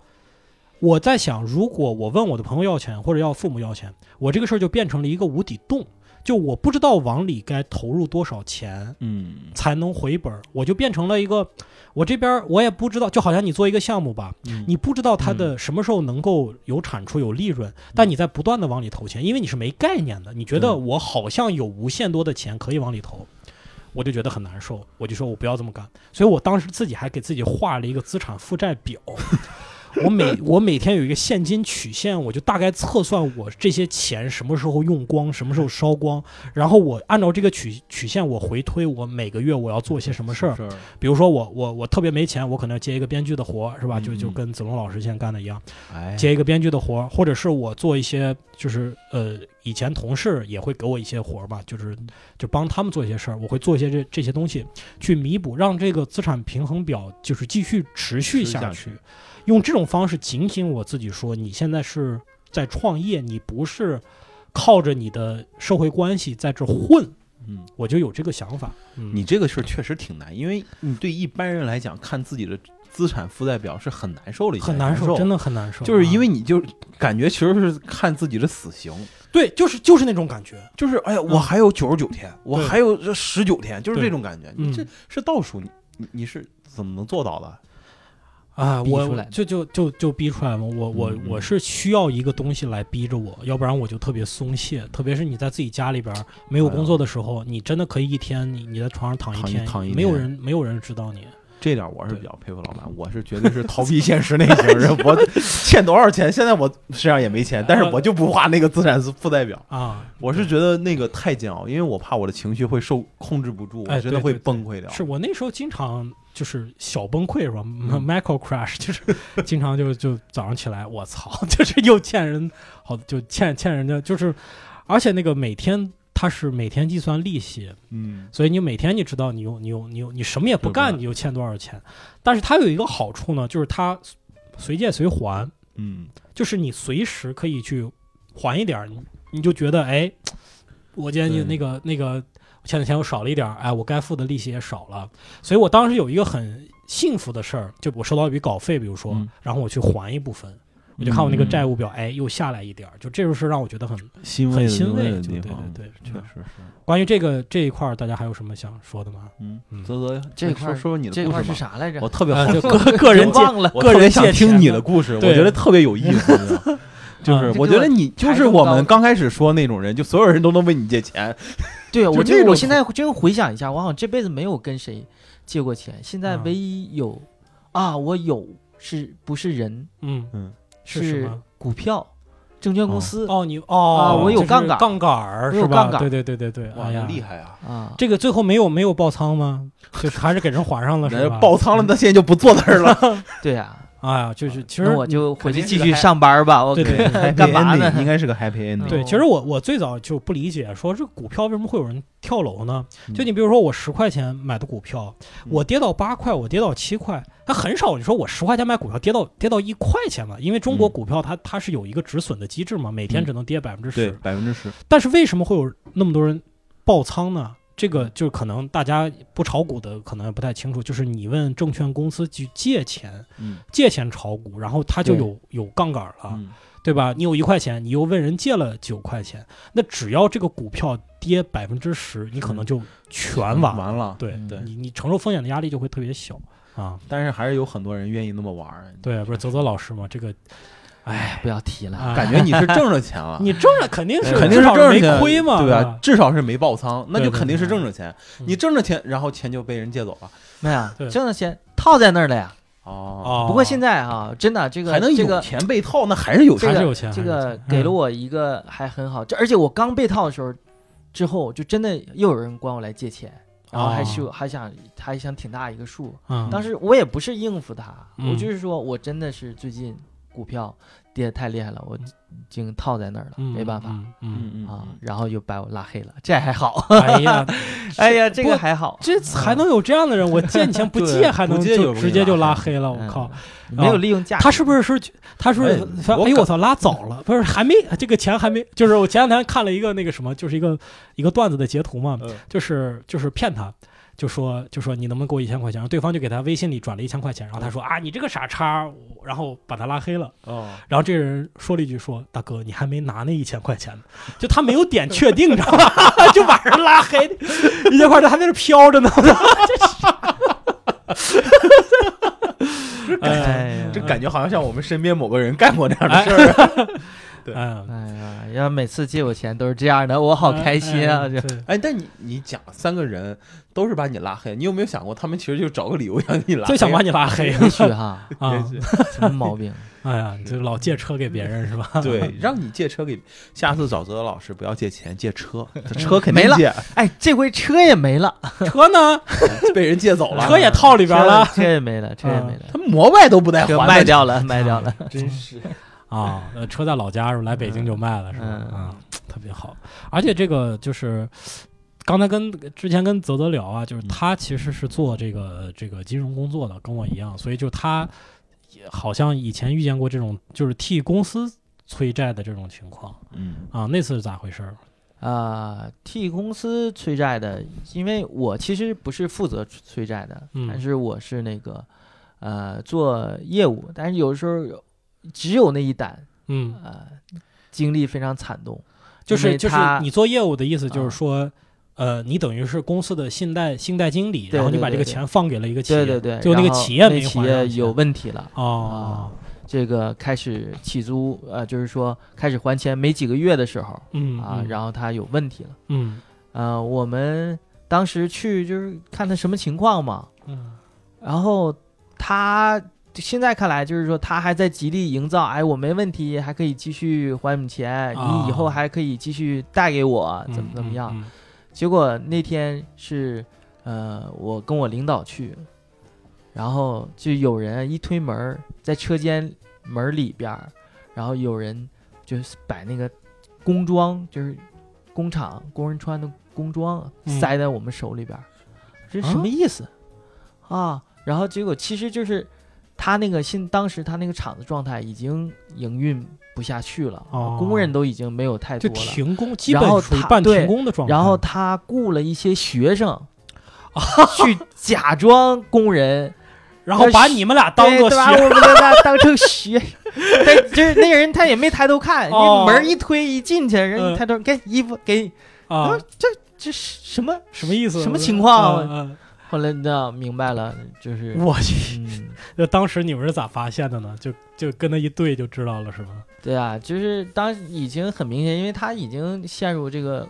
我在想，如果我问我的朋友要钱，或者要父母要钱，我这个事儿就变成了一个无底洞，就我不知道往里该投入多少钱嗯才能回本儿，我就变成了一个，我这边儿我也不知道，就好像你做一个项目吧，嗯嗯你不知道它的什么时候能够有产出、有利润，但你在不断的往里投钱，因为你是没概念的，你觉得对我好像有无限多的钱可以往里投，我就觉得很难受，我就说我不要这么干，所以我当时自己还给自己画了一个资产负债表。 (laughs) 我每我每天有一个现金曲线，我就大概测算我这些钱什么时候用光，什么时候烧光，然后我按照这个曲曲线我回推我每个月我要做些什么事儿，是比如说我我我特别没钱，我可能接一个编剧的活儿，是吧？就嗯就嗯跟子龙老师现在干的一样，哎，接一个编剧的活儿，或者是我做一些就是呃以前同事也会给我一些活儿嘛，就是就帮他们做一些事儿，我会做一些这这些东西去弥补，让这个资产平衡表就是继续持续持续下下去。用这种方式警醒我自己说，你现在是在创业，你不是靠着你的社会关系在这混，嗯，我就有这个想法。嗯你这个事儿确实挺难，因为你对一般人来讲，看自己的资产负债表是很难受的一件很难受，受，真的很难受，就是因啊为你就感觉其实是看自己的死刑，对，就是就是那种感觉。就是哎呀，我还有九十九天，我还有这十九天，就嗯是对这种感觉。你这嗯是倒数，你你你是怎么能做到的？啊，逼我出来的就就就就逼出来嘛。我我嗯嗯我是需要一个东西来逼着我，要不然我就特别松懈。特别是你在自己家里边儿没有哎呀工作的时候，你真的可以一天你你在床上躺一躺一天，躺一没有天人没有人指导你。这点我是对比较佩服老板，我是绝对是逃避现实那一型人。 (laughs) 我欠多少钱？现在我身上也没钱，但是呃我就不画那个资产负债表。啊，我是觉得那个太煎熬，因为我怕我的情绪会受控制不住，哎我真的会对对对崩溃掉。是我那时候经常就是小崩溃是吧、 (laughs) 嗯 m i c h a e l crash 就是 (laughs) 经常就就早上起来，我操， (laughs) 就是又欠人好就欠欠人家，就是而且那个每天他是每天计算利息，嗯，所以你每天你知道你有你有你有你什么也不对干，吧你就欠多少钱。但是它有一个好处呢，就是它随借随还，嗯就是你随时可以去还一点儿，你你就觉得哎，我今天就对那个那个欠的钱我少了一点儿，哎，我该付的利息也少了。所以我当时有一个很幸福的事儿，就我收到一笔稿费，比如说，嗯然后我去还一部分。我就看我那个嗯债务表，哎，又下来一点儿，就这就是让我觉得很欣慰很的欣慰。就的地对对方，对，确实是。关于这个这一块儿，大家还有什么想说的吗？嗯嗯，泽泽，这块说儿说说你的这故块儿事是吧。啥来着我？特别啊好就奇，个个人我借忘了，我个特别人想借听钱你嘛的故事，我对觉得特别有 (laughs) 意思。你知道吗就是啊我觉得你就是我们刚开始说那种人，就所有人都能问你借哎钱，对，我就这这我种现在真回想一下，我好像这辈子没有跟谁借过钱，现在嗯唯一有啊，我有是不是人？嗯嗯，是什是么股票、证券公司哦，你哦，我有就是杠杆杠杆儿我有是吧？杠杆对对对对对，哎呀，害啊！啊，这个最后没有没有爆仓吗？就是还是给人还上 (laughs) 了是那吧？爆仓了，那现在就不坐那儿了。对呀，哎呀，就是其实那我就回去肯定是继个续嗨上班吧，我对 (laughs) 对还干嘛呢 Happy ending，应该是个 happy ending。对，哦其实我我最早就不理解，说这股票为什么会有人跳楼呢？嗯就你比如说我十块钱买的股票，嗯我跌到八块，我跌到七块，它很少你说我十块钱买股票跌到跌到一块钱了，因为中国嗯股票它它是有一个止损的机制嘛，每天只能跌百分之对十。百分之十，但是为什么会有那么多人爆仓呢？这个就是可能大家不炒股的可能也不太清楚，就是你问证券公司去借钱，嗯借钱炒股，然后它就对有有杠杆了。嗯对吧？你有一块钱，你又问人借了九块钱，那只要这个股票跌百分之十，你可能就全完了。完了。对嗯对你你承受风险的压力就会特别小啊。但是还是有很多人愿意那么玩儿。对，啊不是泽泽老师嘛，这个，哎，不要提了。啊，感觉你是挣着钱啊了 (laughs) 你挣了肯定是肯定至是少挣着没钱亏嘛，对吧、吧？至少是没爆仓，那对就对肯定对是挣着钱。嗯你挣着钱，然后钱就被人借走了。没有，对挣的钱套在那儿了呀。哦，哦，不过现在啊，真的这个还能这有个钱被套，那还是有这哦还钱。是个有钱，这还是有个钱给了嗯我一个还很好，就而且我刚被套的时候，之后就真的又有人管我来借钱，然后还是有还想还想挺大一个数。哦嗯，当时我也不是应付他，嗯我就是说我真的是最近股票跌得太厉害了，我已经套在那儿了，嗯没办法。嗯嗯嗯啊，然后又把我拉黑了，这还好， (laughs) 嗯 (laughs) 哎呀，哎呀，这不个嗯还好，这还能有这样的人？我借你钱 (laughs) 不对借，还不能借就就容易直接就拉拉黑了，我嗯靠！没有利用价值。他是不是是觉？他说哎他我哎呦感我操，拉早了，不是还没这个钱还没，就是我前两天看了一个那个什么，就是一个一个段子的截图嘛，嗯就是就是骗他。就说就说你能不能给我一千块钱？然后对方就给他微信里转了一千块钱，然后他说啊你这个傻叉，我然后把他拉黑了。哦，然后这个人说了一句说大哥你还没拿那一千块钱呢，就他没有点确定，你知道吧？ (laughs) 就把人拉黑，一千块钱还在那飘着呢，这傻。 (laughs) 哎呀，嗯这感觉好像像我们身边某个人干过这样的事哎儿。对嗯，哎呀，要每次借我钱都是这样的，我好开心啊！这这哎，但你你讲三个人都是把你拉黑，你有没有想过他们其实就找个理由让你拉黑？最想把你拉黑也许哈，啊！也许什么毛病？哎呀，你就老借车给别人是吧？对， (laughs) 让你借车给下次找泽老师，不要借钱，借车，车 (laughs) 肯定没了借，哎，这回车也没了，车呢？被人借走了，车也套里边了车车也没了，车也没了，他膜拜都不带车嗯还卖的，(laughs) 掉了，卖嗯掉了。真是啊，呃车在老家是吧来北京就卖了是吧？嗯啊，特别好。而且这个就是刚才跟之前跟泽泽聊啊，嗯就是他其实是做这个这个金融工作的，跟我一样，所以就他也好像以前遇见过这种就是替公司催债的这种情况嗯啊，那次是咋回事儿？啊、替公司催债的，因为我其实不是负责催债的，嗯但是我是那个呃做业务，但是有时候有只有那一单，嗯，呃，经历非常惨痛，就因是为就是他你做业务的意思就是啊说，呃，你等于是公司的信贷信贷经理，对然后你对把这对个对钱放给了一个企业，对对对，就那然个后企业那没企还上业钱有问题了。啊哦，这个开始起租，呃，就是说开始还钱没几个月的时候嗯啊，嗯然后他有问题了，嗯呃，我们当时去就是看他什么情况嘛，嗯然后他现在看来就是说他还在极力营造，哎，我没问题，还可以继续还你钱，啊嗯你以后还可以继续贷给我，怎么怎么样？？结果那天是，呃，我跟我领导去，然后就有人一推门儿，在车间门儿里边儿，然后有人就是摆那个工装，就是工厂工人穿的工装，嗯塞在我们手里边儿，这是什啊么意思啊？然后结果其实就是他那个现当时他那个厂子状态已经营运不下去了，哦工人都已经没有太就多了。停工，基然后本属于他半停对工的状态。然后他雇了一些学生， (laughs) 去假装工人，然后他把是你们俩 (laughs) 当对做对把学，我们把他当成 (laughs) 学，他就是那个人他也没抬头看，因哦为门一推一进去，人嗯一抬头给衣服给，啊啊，这这是什么？什么意思？什么情况啊嗯？嗯后来你知道明白了，就是嗯我去，嗯，那当时你们是咋发现的呢？就就跟他一对就知道了是吗？对啊，就是当时已经很明显，因为他已经陷入这个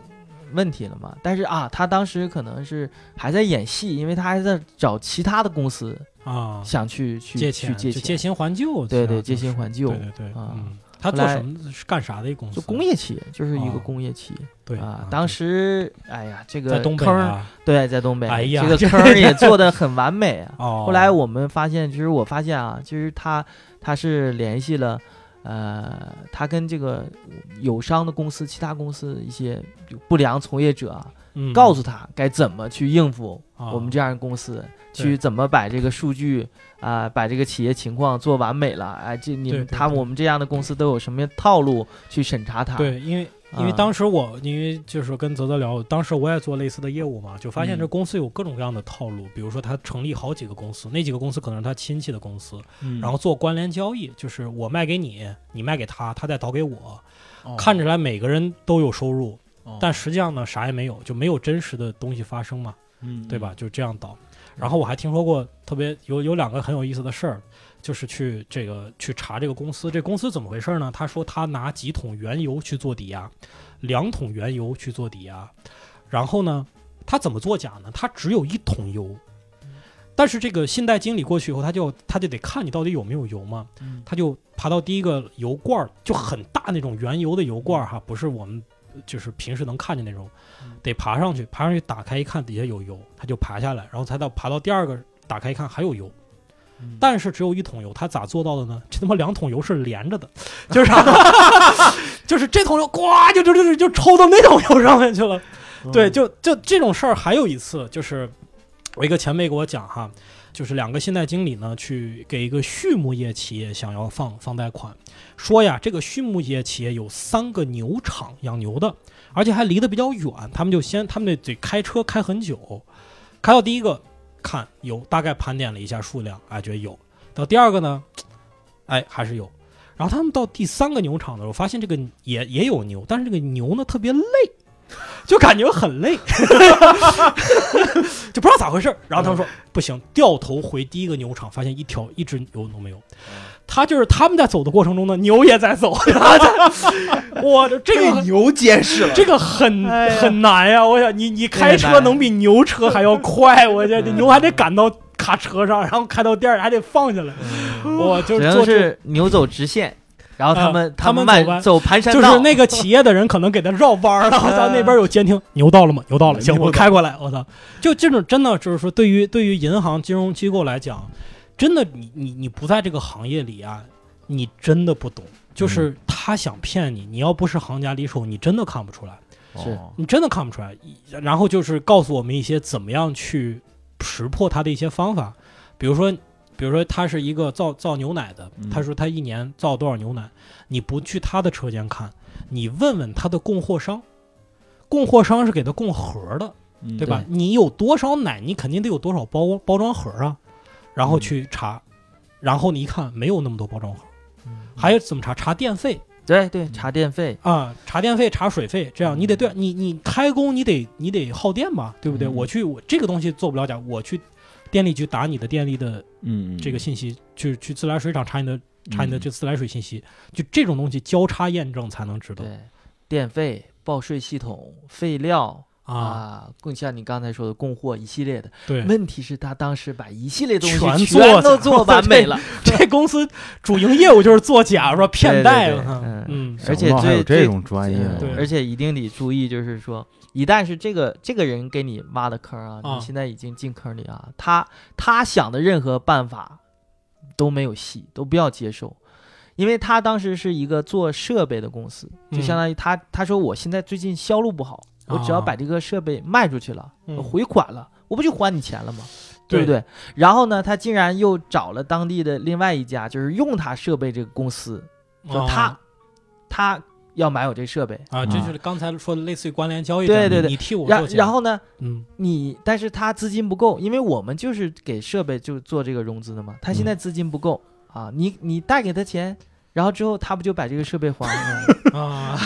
问题了嘛。但是啊，他当时可能是还在演戏，因为他还在找其他的公司啊，想去去借去钱借就钱，借新还旧，对对其实啊借新还旧对对对，啊嗯，他后做来什么是干啥的一公司？就工业企业，就是一个哦工业企业、对啊。当时哎呀，这对在个东北坑儿啊，对，在东北，哎呀 (laughs) 这个坑儿也做的很完美啊。哦，后来我们发现，就是我发现啊，其实他他是联系了，呃，他跟这个友商的公司、其他公司一些不良从业者啊，嗯告诉他该怎么去应付啊我们这样的公司，对去怎么把这个数据啊、把这个企业情况做完美了。哎，这你对们对他对我们这样的公司都有什么套路去审查它？对，因为因为啊当时我因为就是跟泽泽聊，当时我也做类似的业务嘛，就发现这嗯公司有各种各样的套路，比如说他成立好几个公司，那几个公司可能是他亲戚的公司，嗯然后做关联交易，就是我卖给你，你卖给他，他再倒给我，哦看起来每个人都有收入，但实际上呢啥也没有，就没有真实的东西发生嘛，嗯对吧？？就这样倒。然后我还听说过特别有有两个很有意思的事儿，就是去这个去查这个公司，这公司怎么回事呢？他说他拿几桶原油去做抵押，两桶原油去做抵押，然后呢，他怎么作假呢？他只有一桶油。但是这个信贷经理过去以后，他就他就得看你到底有没有油嘛，嗯他就爬到第一个油罐儿，就很大那种原油的油罐儿哈，不是我们就是平时能看见那种嗯，得爬上去，爬上去打开一看底下有油，他就爬下来，然后才到爬到第二个打开一看还有油，嗯但是只有一桶油，他咋做到的呢？这 (laughs) 他妈两桶油是连着的， (laughs) 就是啥、就是这桶油呱就就就就抽到那桶油上面去了。对，就就这种事儿还有一次，就是我一个前辈给我讲哈，就是两个信贷经理呢去给一个畜牧业企业想要放放贷款，说呀这个畜牧业企业有三个牛场养牛的，而且还离得比较远，他们就先他们得得开车开很久，开到第一个看有，大概盘点了一下数量，哎觉得有，到第二个呢，哎还是有。然后他们到第三个牛场的时候，发现这个也也有牛，但是这个牛呢特别累， (laughs) 就感觉很累， (laughs) 就不知道咋回事儿。然后他们说不行，掉头回第一个牛场，发现一条一只牛都没有。他就是他们在走的过程中呢，牛也在走， (laughs) 然后在我的这个牛结实了这个很、哎呀很难呀、我想你你开这个车难能比牛车还要快，我觉得嗯牛还得赶到卡车上，然后开到店儿还得放下来。我就是只能做这。是牛走直线，然后他啊们、他们们走弯慢走盘山就道，是那个企业的人可能给他绕弯儿了，我操，嗯那边有监听，牛到了吗？牛到了，行，牛到我开过来，我操，就这种真的就是说，对于对于银行金融机构来讲，真的你你你不在这个行业里啊，你真的不懂，就是他想骗你，你要不是行家里手，你真的看不出来。哦是你真的看不出来。一然后就是告诉我们一些怎么样去识破它的一些方法，比如说，比如说他是一个造造牛奶的嗯，他说他一年造多少牛奶，你不去他的车间看，你问问他的供货商。供货商是给他供盒的，嗯对吧？你有多少奶，你肯定得有多少包包装盒啊，然后去查，然后你一看没有那么多包装盒，还有怎么查？查电费，对对查电费，啊，查电费、查水费，这样你得对你你开工你得你得耗电吧，对不对？嗯我去我这个东西做不了假，我去电力局打你的电力的嗯，这个信息，去去自来水厂查你的查嗯你的这自来水信息，就这种东西交叉验证才能知道啊对电费、报税系统、废料啊。啊，更像你刚才说的供货一系列的。对，问题是，他当时把一系列东全西做全都假做了完美 (laughs) 对了，这公司主营业务就是做假，说骗贷对对对啊，嗯嗯，想而且不到还有最这最种专业嗯的，对而且一定得注意，就是说，一旦是这个这个人给你挖的坑啊，啊你现在已经进坑里啊，他他想的任何办法都没有戏，都不要接受，因为他当时是一个做设备的公司，就嗯相当于他、他说我现在最近销路不好，我只要啊把这个设备卖出去了，嗯我回款了，我不就还你钱了吗？对对不对？然后呢，他竟然又找了当地的另外一家，就是用他设备这个公司，说啊他、他要买我这设备，啊，这就是刚才说的类似于关联交易这对样，对你对你替我然做假，然后呢，嗯你但是他资金不够，因为我们就是给设备就做这个融资的嘛，他现嗯在资金不够、啊，你你贷给他钱。然后之后，他不就把这个设备还了 (laughs) 吗？ (laughs) 啊，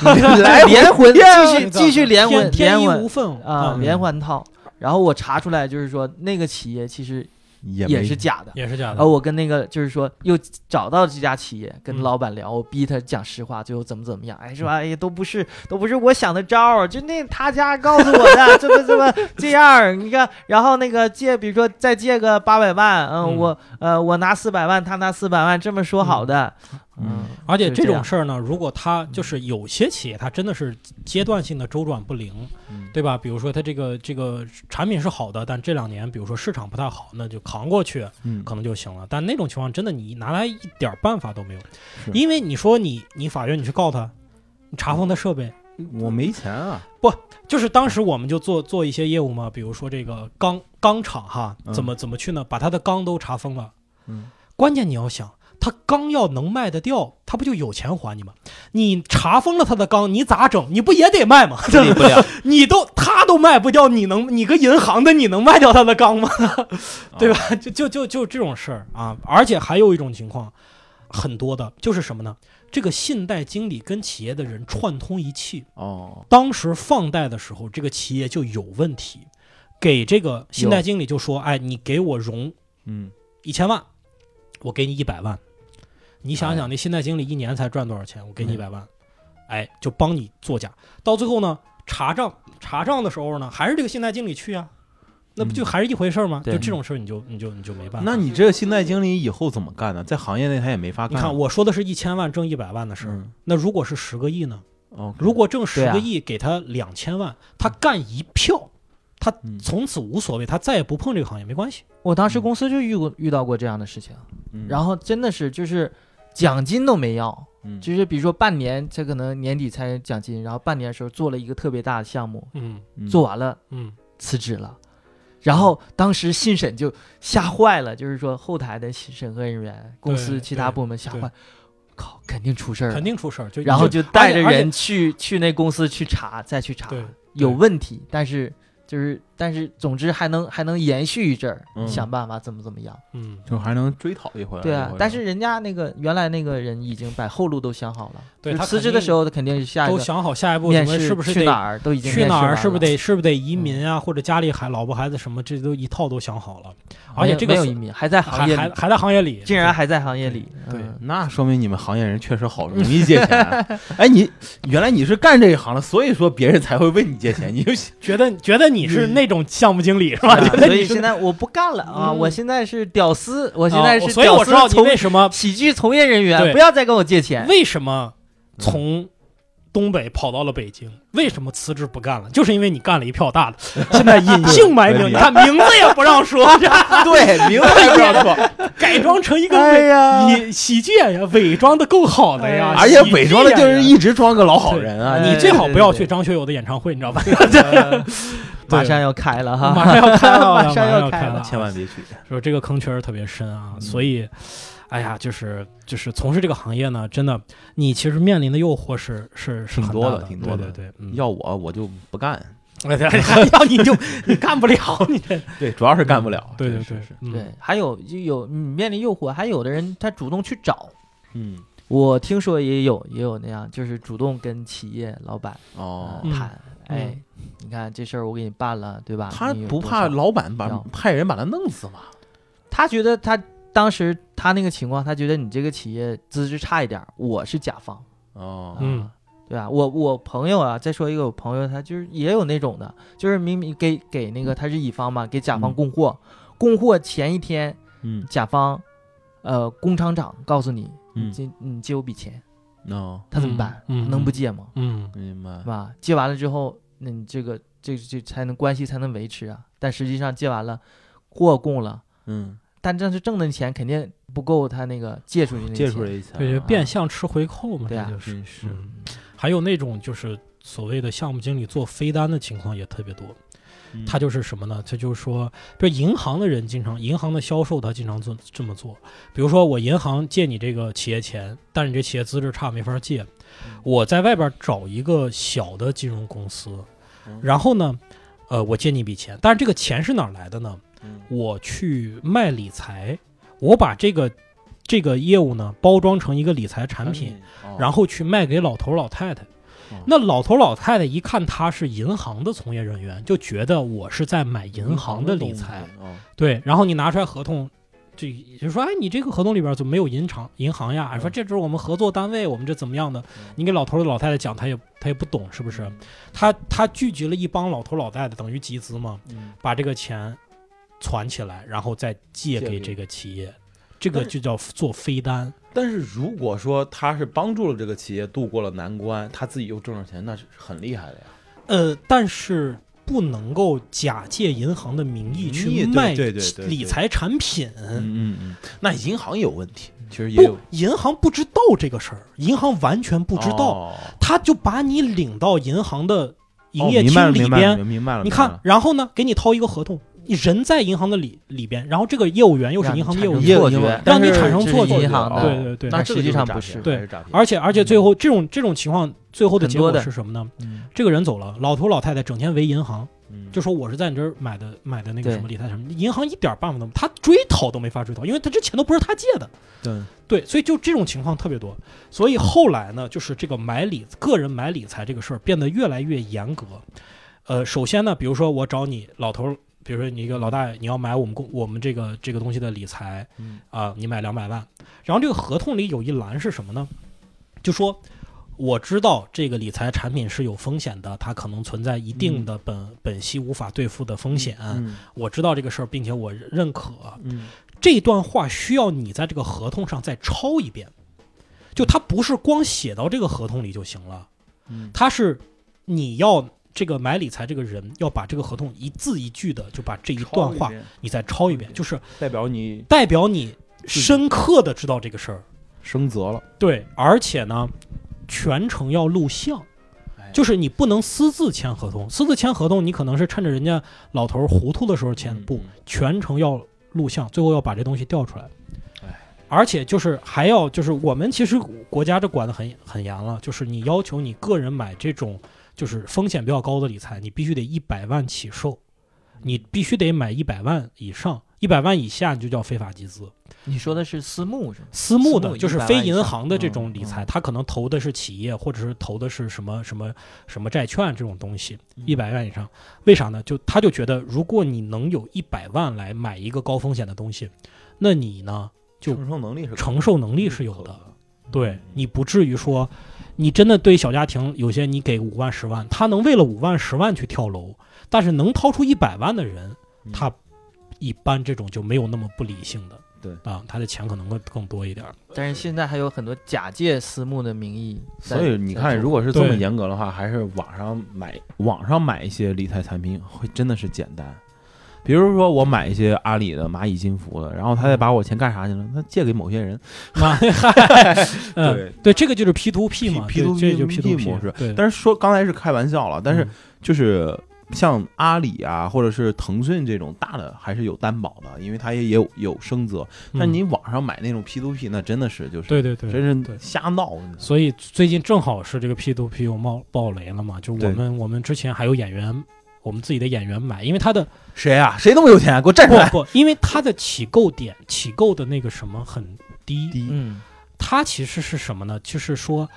来连环继续天继续连环天连衣环无缝啊，嗯连环套。然后我查出来，就是说那个企业其实也也没是假的。也是假的。而呃我跟那个就是说，又找到这家企业，跟嗯老板聊，我逼他讲实话，最后怎么怎么样，哎，嗯是吧？哎呀，都不是，都不是我想的招儿，就那他家告诉我的，这么这么 (laughs) 这样儿，你看，然后那个借，比如说再借个八百万，嗯，嗯我呃我拿四百万，他拿四百万，这么说好的，嗯嗯，而且是这这种样嗯事儿呢，如果它就是有些企业，它真的是阶段性的周转不灵，嗯对吧？比如说它这个这个产品是好的，但这两年比如说市场不太好，那就扛过去嗯可能就行了。但那种情况真的你拿来一点儿办法都没有是，因为你说你你法院你去告他，你查封他设备，我没钱啊， (laughs) 就是当时我们就做做一些业务嘛，比如说这个钢钢厂哈，嗯怎么怎么去呢？把他的钢都查封了。嗯，关键你要想，他钢要能卖得掉，他不就有钱还你吗？你查封了他的钢，你咋整？你不也得卖 (laughs) 吗？处理不了，你都他都卖不掉，你能你个银行的你能卖掉他的钢嗯吗？对吧？就就就就这种事儿啊！而且还有一种情况，很多的就是什么呢？这个信贷经理跟企业的人串通一气，哦，当时放贷的时候，这个企业就有问题，给这个信贷经理就说：“哎，你给我融嗯，一千万，我给你一百万。”你想想，那信贷经理一年才赚多少钱？我给你一百万，哎，就帮你作假。到最后呢，查账查账的时候呢，还是这个信贷经理去啊，那不就还是一回事儿吗？对就这种事儿，你就你就你就没办法。那你这个信贷经理以后怎么干呢？在行业内他也没法你干。看，我说的是一千万挣一百万的事儿，嗯，那如果是十个亿呢？哦，如果挣十对啊个亿，给他两千万，他干一票，他嗯从此无所谓，他再也不碰这个行业，没关系。我当时嗯公司就遇过遇到过这样的事情，嗯，然后真的是就是奖金都没要，嗯就是比如说半年，这可能年底才奖金，然后半年的时候做了一个特别大的项目，嗯嗯做完了嗯辞职了。然后当时信审就吓坏了，就是说后台的审核人员、公司对其他对部门吓坏对，靠，肯定出事儿了肯。定出事儿。就然后就就带而着且人去去那公司去查，再去查对有问题，但是就是但是总之还能还能延续一阵儿，嗯哎想办法怎么怎么样。嗯，就还能追讨一回来。对一啊回，来但是人家那个原来那个人已经把后路都想好了，对就他辞肯职的定时候他肯定是下一都个想好下一步面什么试是不是去哪得儿都已经去哪面儿，试是不是完了嗯得是不是得移民啊，或者家里还老婆孩子什么，这都一套都想好了，而没且有这个没有是移民，还在行还业还里，还在行业里，竟然还在行业里。对嗯那说明你们行业人确实好，容易借钱。 (laughs) 哎，你原来你是干这一行的，所以说别人才会问你借钱，(laughs) 你就觉得觉得你嗯是那种项目经理是吧？对觉啊得所你以是现在我不干了啊！嗯我现在是屌丝，我现啊在我是所以我知屌丝道你从为什么喜剧从业人员，对不要再跟我借钱。为什么嗯从东北跑到了北京？为什么辞职不干了？就是因为你干了一票大的，现在隐 (laughs) 姓埋名，对你看名字也不让 (laughs) 说，这对，明白 (laughs) 不要错，改装成一个哎伪呀以喜剧演员，伪装的够好的呀，而且伪装的就喜剧是演员。一直装个老好人啊。对你你最好不要去对对对张学友的演唱会，你知道吧？马上要开了哈， (laughs) 马上要开了，马上要要开开了了， (laughs) 千万别去。说这个坑确实特别深啊，嗯所以，哎呀，就是就是从事这个行业呢，真的，你其实面临的诱惑是是是挺很多大的挺多对的对对，嗯要我我就不干，哎对还 (laughs) 要你就你干不了，你这对，主 (laughs) 要是干不了。对对是对是是，嗯对，还有就有你面临诱惑，还有的人他主动去找。嗯，我听说也有也有那样，就是主动跟企业老板哦呃，嗯谈，哎，你看这事儿我给你办了，对吧？他你有不多怕少老板把要派人把他弄死吗？他觉得他当时他那个情况，他觉得你这个企业资质差一点儿，我是甲方，哦，嗯啊，对吧？我我朋友啊，再说一个我朋友，他就是也有那种的，就是明明给给那个他是乙方嘛，给甲方嗯供货，供货前一天，嗯甲方，呃，工厂长告诉你，嗯你借你借我笔钱，哦，他怎么办？嗯嗯能不借吗？嗯明白是。吧？借完了之后，那你这个这这才能关系才能维持啊。但实际上借完了，货供了，嗯，但但是挣的钱肯定不够他那个借出去那哦借钱。出来一下，嗯对，就啊变相吃回扣嘛，对啊这就是。真是嗯，还有那种就是所谓的项目经理做飞单的情况也特别多，嗯他就是什么呢？他就是说，比如银行的人经常，银行的销售他经常做这么做。比如说我银行借你这个企业钱，但是你这企业资质差，没法借，嗯我在外边找一个小的金融公司嗯，然后呢，呃，我借你一笔钱，但是这个钱是哪儿来的呢？嗯我去卖理财，我把这个这个业务呢包装成一个理财产品，，然后后去卖给老头儿老太太。哦那老头老太太一看他是银行的从业人员，就觉得我是在买银行的理财。哦，对，然后你拿出来合同，就就说，哎，你这个合同里边怎么没有银行银行呀？嗯哎说这是我们合作单位，我们这怎么样的？你给老头老太太讲，他也他也不懂，是不嗯是？他他聚集了一帮老头老太太，等于集资嘛，嗯把这个钱攒起来，然后再借借给给这个企业，这个嗯但是就叫做飞单。但是如果说他是帮助了这个企业渡过了难关，他自己又挣着钱，那是很厉害的呀。呃，但是不能够假借银行的名义名义去对卖对对对对理财产品。嗯嗯，那银行也有问题，其实也有不，银行不知道这个事儿，银行完全不知道，哦他就把你领到银行的营业哦明白了厅里明白了边，明白了。你明白看了，然后呢，给你掏一个合同，你人在银行的里里边，然后这个业务员又是银行的业务员，有有错有觉，让你但是产生这错是觉银银行行的对对的对，那这个实就是际上诈不骗是对还诈骗而且而且最后这种这种情况，最后的很结多果的是什么呢？嗯这个人走了，老头老太太整天围银行，嗯就说我是在你这儿买的买的那个对什么理财产品，银行一点办法都没，他追讨都没法追讨，因为他这钱都不是他借的。对，对，所以就这种情况特别多。所以后来呢，就是这个买理个人买理财这个事儿变得越来越严格。呃，首先呢，比如说我找你老头儿，比如说你一个老大爷，你要买我们公我们这个这个东西的理财嗯啊、你买两百万，然后这个合同里有一栏是什么呢？就说我知道这个理财产品是有风险的，它可能存在一定的本、本息无法兑付的风险，嗯我知道这个事儿，并且我认可。嗯这段话需要你在这个合同上再抄一遍，就它不是光写到这个合同里就行了，嗯，它是你要这个买理财这个人要把这个合同一字一句的就把这一段抄话遍嗯你再抄一抄一遍遍，就是代表你代表你深刻的知道这个事儿。升责了，对，而且呢，全程要录像。哎就是你不能私自签合同，私自签合同，你可能是趁着人家老头儿糊涂的时候签嗯，不嗯，全程要录像，最后要把这东西调出来哎。而且就是还要就是我们其实国家这管得很很严了，就是你要求你个人买这种就是风险比较高的理财，你必须得一百万起售，你必须得买一百万以上，一百万以下你就叫非法集资。你说的是私募是吗？私募私的，募就是100万非以银上行的这种嗯理财，嗯它可能投的是企业，或者是投的是什么什么什么债券这种东西，嗯嗯一百万以上。为啥呢？就他就觉得，如果你能有一百万来买一个高风险的东西，那你呢就承受能力是承受能力是有可的，的，嗯对你不至于说，你真的对小家庭有些你给五万十万，他能为了五万十万去跳楼，但是能掏出一百万的人，嗯他一般这种就没有那么不理性的。对啊，他的钱可能会更多一点儿。但是现在还有很多假借私募的名义在，所以你在看，做如果是这么对严格的话，还是网上买网上买一些理财产品会真的是简单。比如说，我买一些阿里的、蚂蚁金服的，然后他再把我钱干啥去了？他借给某些人。 (laughs) 妈， (laughs) 嗨，嗯，对，这个就是 P to P 啊 P- 嘛 P 对 to 这 P 就 P to P 嗯模式对，但是说刚才是开玩笑了，嗯但是就是像阿里啊，或者是腾讯这种大的，还是有担保的，因为它也也有有升责。嗯但你网上买那种 P to P，那真的是就是对对对，真对是瞎闹。所以最近正好是这个 P to P 又冒爆雷了嘛，就我对们我们之前还有演员，我们自己的演员买，因为他 (laughs) 的谁啊？谁那么有钱？给我站出来！不不，因为他的起购点起购的那个什么很低，第一，嗯，它其实是什么呢？就是说，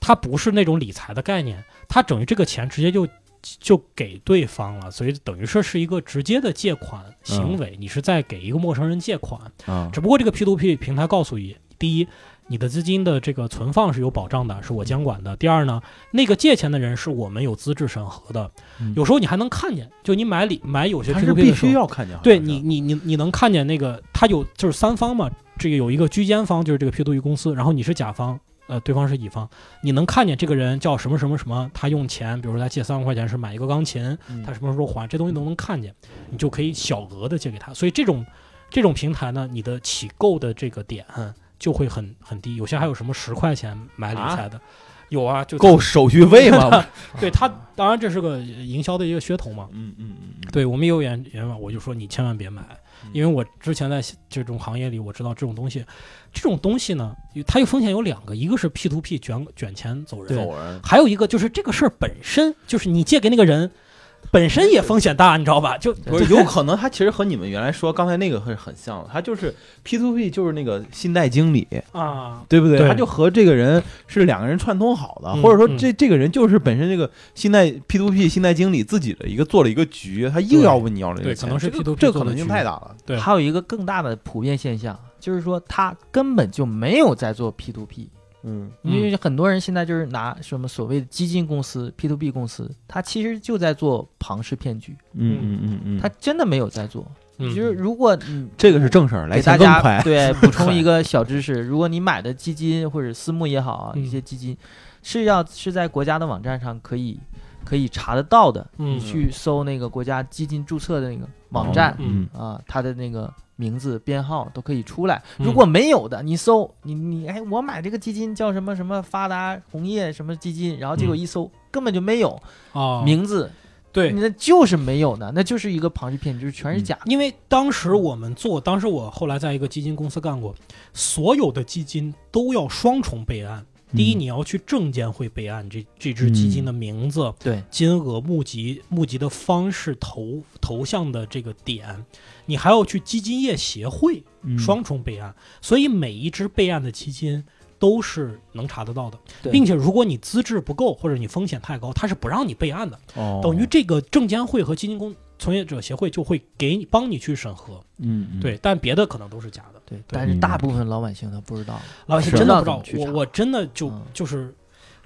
它不是那种理财的概念，它等于这个钱直接就就给对方了，所以等于说是一个直接的借款嗯行为，你是在给一个陌生人借款。啊，只不过这个 P to P 平台告诉你，第一，你的资金的这个存放是有保障的，是我监管的；第二呢，那个借钱的人是我们有资质审核的，嗯有时候你还能看见，就你买理买有些他 P 是 to P 必的时须候，要看见。对你你你你能看见那个他有就是三方嘛，这个有一个居间方就是这个 P to P 公司，然后你是甲方。呃，对方是乙方，你能看见这个人叫什么什么什么，他用钱，比如说他借三万块钱是买一个钢琴，嗯他什么时候还，这东西都能看见，你就可以小额的借给他。所以这种这种平台呢，你的起购的这个点就会很很低，有些还有什么十块钱买理财的，有啊，就够。手续费吗？ (laughs) 对他，当然这是个营销的一个噱头嘛。嗯嗯嗯嗯，对我们也有演员嘛，我就说你千万别买， (laughs) 因为我之前在这种行业里，我知道这种东西，这种东西呢，它有风险有两个，一个是 P to P 卷卷钱走人，走人。还有一个就是这个事儿本身就是你借给那个人，本身也风险大，你知道吧？就不是，有可能他其实和你们原来说刚才那个是很像的，他就是 P to P 就是那个信贷经理，啊，对不对？对他就和这个人是两个人串通好的，嗯或者说这、这个人就是本身这个信贷 P to P 信贷经理自己的一个做了一个局，他硬要问你要这个对钱可能是这个 P2P 这做可的能性局太大了。对还有一个更大的普遍现象，就是说他根本就没有在做 P to P，嗯，嗯因为很多人现在就是拿什么所谓的基金公司、P to B 公司，他其实就在做庞氏骗局，嗯嗯嗯嗯，他真的没有在做。嗯就是如果你这个是正事儿， (laughs) 来给大钱更家快。 (laughs) 对补充一个小知识，如果你买的基金或者私募也好啊，嗯一些基金是要是在国家的网站上可以可以查得到的，嗯你去搜那个国家基金注册的那个网站，嗯，哦啊，它的那个名字、编号都可以出来。嗯如果没有的，你搜你你哎，我买这个基金叫什么什么发达红叶什么基金，然后结果嗯一搜根本就没有啊，名字，对，那就是没有的，那就是一个庞氏骗局，就是全是嗯假的。因为当时我们做，当时我后来在一个基金公司干过，所有的基金都要双重备案。第一，嗯你要去证监会备案这这只基金的名字、对，金额、募集、募集的方式、投投向的这个点，你还要去基金业协会嗯双重备案，所以每一只备案的基金都是能查得到的，对并且如果你资质不够或者你风险太高，它是不让你备案的，哦等于这个证监会和基金公从业者协会就会给你帮你去审核，嗯嗯对，但别的可能都是假的。对，但是大部分老百姓他不知道，老百姓是真的不不知知道，道怎么我去查我真的就嗯就是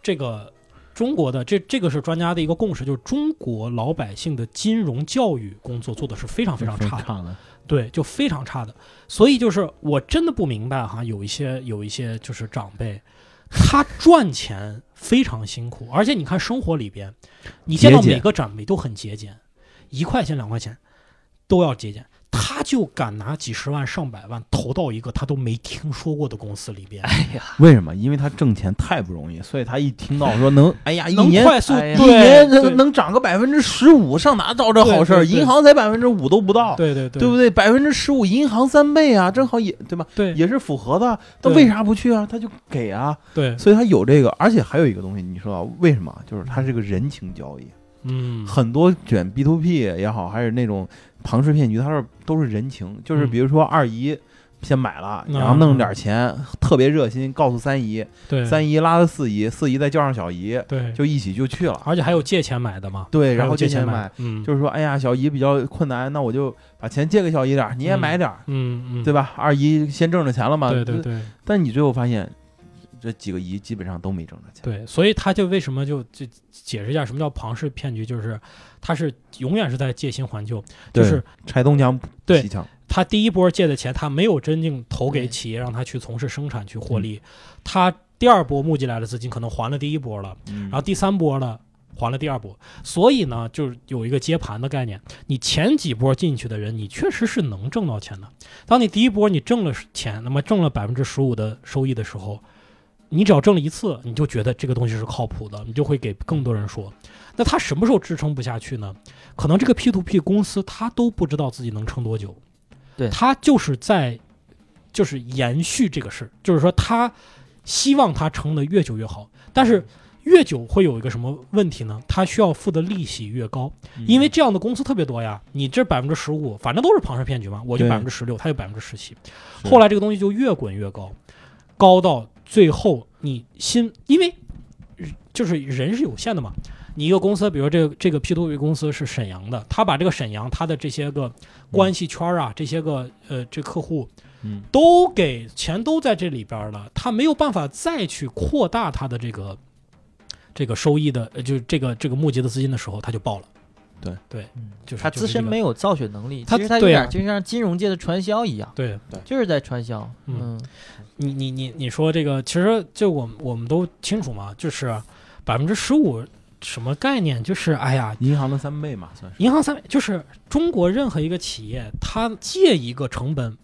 这个中国的这这个是专家的一个共识，就是中国老百姓的金融教育工作做的是非常非常差的，的。对，就非常差的。所以就是我真的不明白哈，有一些有一些就是长辈，他赚钱非常辛苦，而且你看生活里边，你见到节俭每个长辈都很节俭，一块钱两块钱都要节俭。他就敢拿几十万、上百万投到一个他都没听说过的公司里边，哎为什么？因为他挣钱太不容易，所以他一听到说 (laughs) 能，哎呀，(laughs) 一能年快速哎呀一年对能能涨个百分之十五，上哪找这好事儿？对对对银行才百分之五都不到，对对对不对？百分之十五，银行三倍啊，正好也对吧？对也是符合的。他对为啥不去啊？他就给啊，对，所以他有这个。而且还有一个东西，你说啊，为什么？就是它是个人情交易，嗯，很多卷 B to P 也好，还是那种庞氏骗局，它是都是人情。就是嗯比如说二姨先买了，嗯然后弄点钱，特别热心，告诉三姨，对三姨拉着四姨，四姨再叫上小姨，对，就一起就去了。而且还有借钱买的嘛，对，还然有后借就先钱买的，，嗯，就是说，哎呀，小姨比较困难，那我就把钱借给小姨点儿，你也嗯买点儿，嗯嗯，对吧？二姨先挣着钱了嘛，对对对但你最后发现，这几个姨基本上都没挣着钱。对，所以他就为什么就就解释一下什么叫庞氏骗局，就是他是永远是在借新还旧，就对是拆东墙补对西墙，他第一波借的钱他没有真正投给对企业让他去从事生产去获利，他第二波募集来的资金可能还了第一波了，然然后第三波呢还了第二波，所以呢，就是有一个接盘的概念。你前几波进去的人，你确实是能挣到钱的。当你第一波你挣了钱，那么挣了百分之十五的收益的时候，你只要挣了一次，你就觉得这个东西是靠谱的，你就会给更多人说。那他什么时候支撑不下去呢？可能这个 P to P 公司他都不知道自己能撑多久，对他就是在就是延续这个事儿，就是说他希望他撑得越久越好，但是越久会有一个什么问题呢？他需要付的利息越高，嗯因为这样的公司特别多呀。你这百分之十五，反正都是庞氏骗局嘛，我就对百分之十六，他就百分之十七。是后来这个东西就越滚越高，高到最后你心，因为就是人是有限的嘛。你一个公司，比如这个这个 P to P 公司是沈阳的，他把这个沈阳他的这些个关系圈啊，这些个呃这客户嗯都给钱都在这里边了，他没有办法再去扩大他的这个这个收益的，呃，就是这个这个募集的资金的时候，他就爆了。对对，就是嗯他自身没有有造血能力，他其实他有对啊点就像金融界的传销一样，对就是在传销。嗯嗯，你你你你说这个，其实就我们我们都清楚嘛，就是百分之十五什么概念？就是哎呀，银行的三倍嘛，算是。银行三就是中国任何一个企业，它借一个成本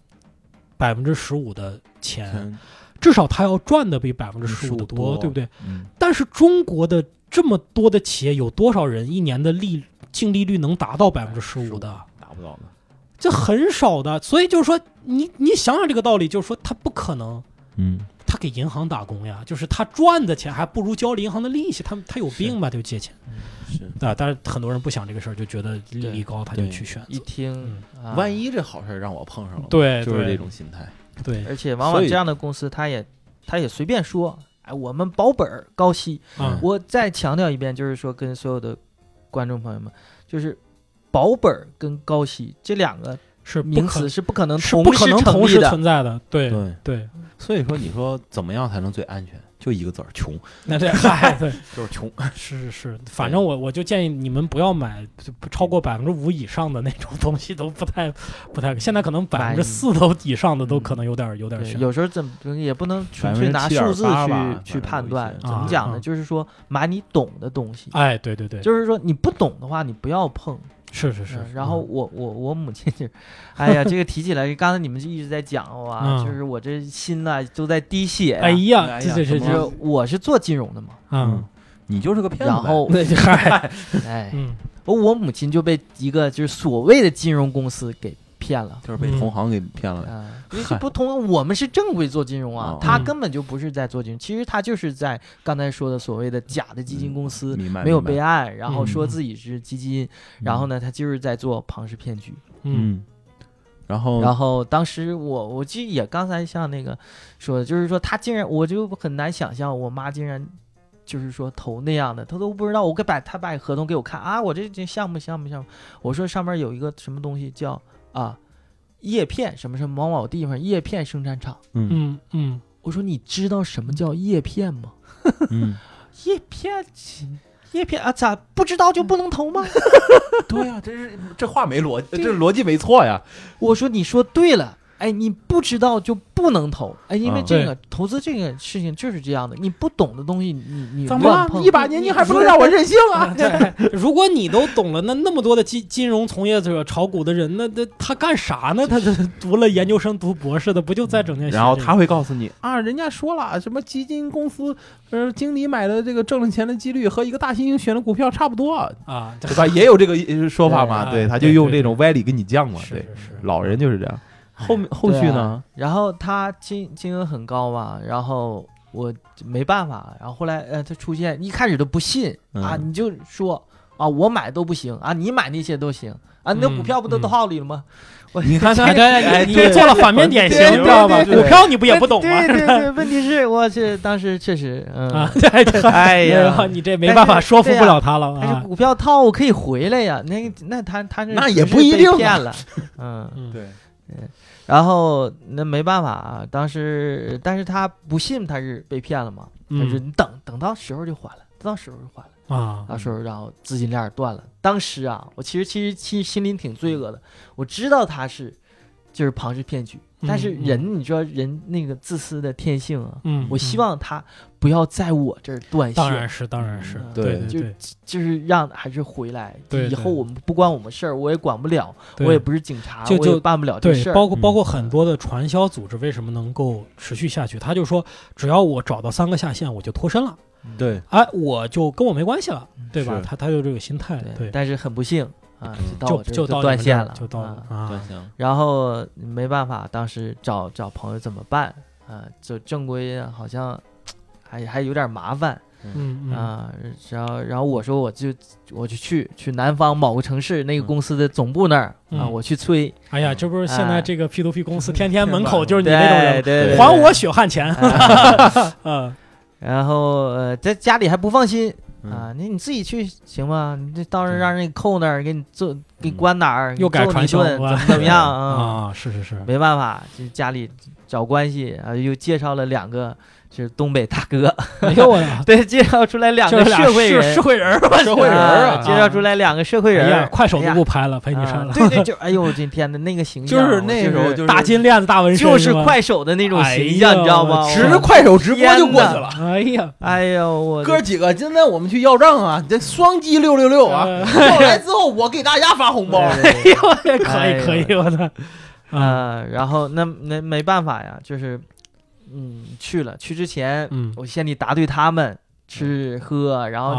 百分之十五的钱，钱至少它要赚的比百分之十五15%多，对不对？嗯，但是中国的这么多的企业，有多少人一年的利净利率能达到百分之十五的？达不到的。这很少的。所以就是说，你你想想这个道理，就是说它不可能。嗯，他给银行打工呀，就是他赚的钱还不如交了银行的利息，他他有病吧？就借钱嗯是啊！但是很多人不想这个事儿，就觉得利对率高他就对去选一择，听，嗯啊万一这好事儿让我碰上了，，对，就是对这种心态。对而且往往所以这样的公司，他也他也随便说，哎，我们保本儿高息。啊，我再强调一遍，就是说跟所有的观众朋友们，就是保本儿跟高息这两个是不名可词是不可能是不可能成同立时的。存在的，对对，对，所以说你说怎么样才能最安全？就一个字儿，穷，那这 (laughs) 嗨，对，就是穷。是是是，反正我我就建议你们不要买就不超过百分之五以上的那种东西，都不太不太。现在可能百满分之四都以上的都可能有点有点对，悬。有时候怎么也不能纯粹拿数字7.28吧去去判断反正有一，些怎么讲啊呢？啊就是说买你懂的东西，哎，对对对，就是说你不懂的话你不要碰。是是是嗯。然后我我我母亲就，哎呀，这个提起来，刚才你们就一直在讲我啊，嗯就是我这心呐都在滴血呀。嗯，哎呀，哎呀这这这怎就么这，是我是做金融的嘛，嗯 (laughs) 你就是个骗子呗。然后那就嗨，哎，嗯，我母亲就被一个就是所谓的金融公司给骗了。就是嗯被同行给骗了呗。啊，因为这嗨不同，我们是正规做金融啊哦，他嗯根本就不是在做金融，其实他就是在刚才说的所谓的假的基金公司明白，没有备明白。案，然后嗯说嗯自己是基金，然后呢，他就是在做庞氏骗局。嗯嗯，然后然后当时我我记得也刚才像那个说的，就是说他竟然我就很难想象我妈竟然就是说投那样的，她都不知道。我给把她把合同给我看啊，我这这项目项目项目，我说上面有一个什么东西叫啊叶片什么什么某某地方叶片生产厂，嗯嗯嗯，我说你知道什么叫叶片吗？嗯，叶片。叶片啊，咋不知道就不能投吗？ (laughs) 对呀，这是这话没逻，这逻辑没错呀。我说你说对了，哎，你不知道就不能投，哎，因为嗯这个、投资这个事情就是这样的，你不懂的东西，你你怎么了乱？碰一把年纪还不能让我任性啊？对，如果你都懂了，那那么多的金金融从业者、炒股的人，那那他干啥呢？他这 (laughs) 读了研究生、读博士的，不就在整天学然后这他会告诉 (laughs) 你 (laughs) 啊，人家说了，什么基金公司，呃，经理买的这个挣了钱的几率和一个大猩猩选的股票差不 (laughs) 多，个啊？这对吧？也有这个呃说法嘛，对对，啊他就对用对这种歪理跟你犟嘛，是对，嗯是是，老人就是这样。后面后续呢？然后他金金额很高嘛，然后我就没办法，然后后来呃，他出现一开始都不信啊，嗯你就说啊，我买都不行啊，你买那些都行啊，你那股嗯票不都嗯都套利了吗？你看哎，看， (laughs) 对，你对你做了反面典型，对你知道吧？对对股对票你不也不懂吗对？(laughs) 对对，问题是我去当时确实嗯，啊，对对，，(laughs) 哎呀 (laughs) 你这没办法说服不了他了但啊是。股票套我可以回来呀，那那他他这那纯也是不一被定啊 (laughs) 骗了，嗯，嗯对，然后那没办法啊，当时但是他不信他是被骗了嘛，他说嗯你等等到时候就还了，等到时候就还了，啊，到时候然后资金链儿断了，当时啊，我其实其实其实心里挺罪恶的，我知道他是就是庞氏骗局，但是嗯嗯人你知道人那个自私的天性啊，嗯，我希望他不要在我这儿断嗯线当。然是，当然是，嗯对就对就是让还是回来，对以对后我们不关我们事儿，我也管不了，对，我也不是警察，就我也就办不了这对事，儿。包括包括嗯很多的传销组织为什么能够持续下去？他就说，只要我找到三个下线，我就脱身了，对，哎，我就跟我没关系了，对吧？是他他就这个心态，嗯对哎对，但是很不幸啊，嗯到就我这儿就到断你们线这儿了，就到啊了啊，行，然后没办法，当时找找朋友怎么办啊？就正规好像还还有点麻烦嗯嗯啊。然后然后我说我就我就去去南方某个城市那嗯个公司的总部那儿啊，嗯我去催。哎呀，嗯这不是现在哎这个 P to P 公司天天门口就是你对那种对人对，吗，对还我。血汗钱， (laughs) 哎 (laughs) 嗯，然后呃，在家里还不放心，啊嗯，那你自己去行吗？你这到时候对让人给扣那儿，给你做，给你嗯关哪儿，给又你改揍你传一销顿了怎么怎么 (laughs) 样啊？啊，是是 (laughs) 是，没办法，就家里找关系啊，又介绍了两个是东北大哥，，哎呦我的对，介绍出来两这个俩社会是人，社会人儿吧，社会人儿啊介绍出来两个社会哎人呀，儿，快手都哎呀不拍了，陪你删啊了。 (laughs) 对对，就哎呦我的天呐，那个形象，就是那时候就就是大金链子、大纹身，就是快手的那种形象，哎呀你知道吗？我直天着快手直播就过去哦天了。 (laughs) 哎呀，哎呦我的哥几个，今天我们去要账啊！你这双击六六六啊！呃要来之后，我给大家发红包。 (laughs) 啊对对哎呦，这可哎以呦可以，我操！啊，呃，然后那那嗯没办法呀，就是，嗯，去了。去之前，嗯我先得答对他们吃喝，然后嗯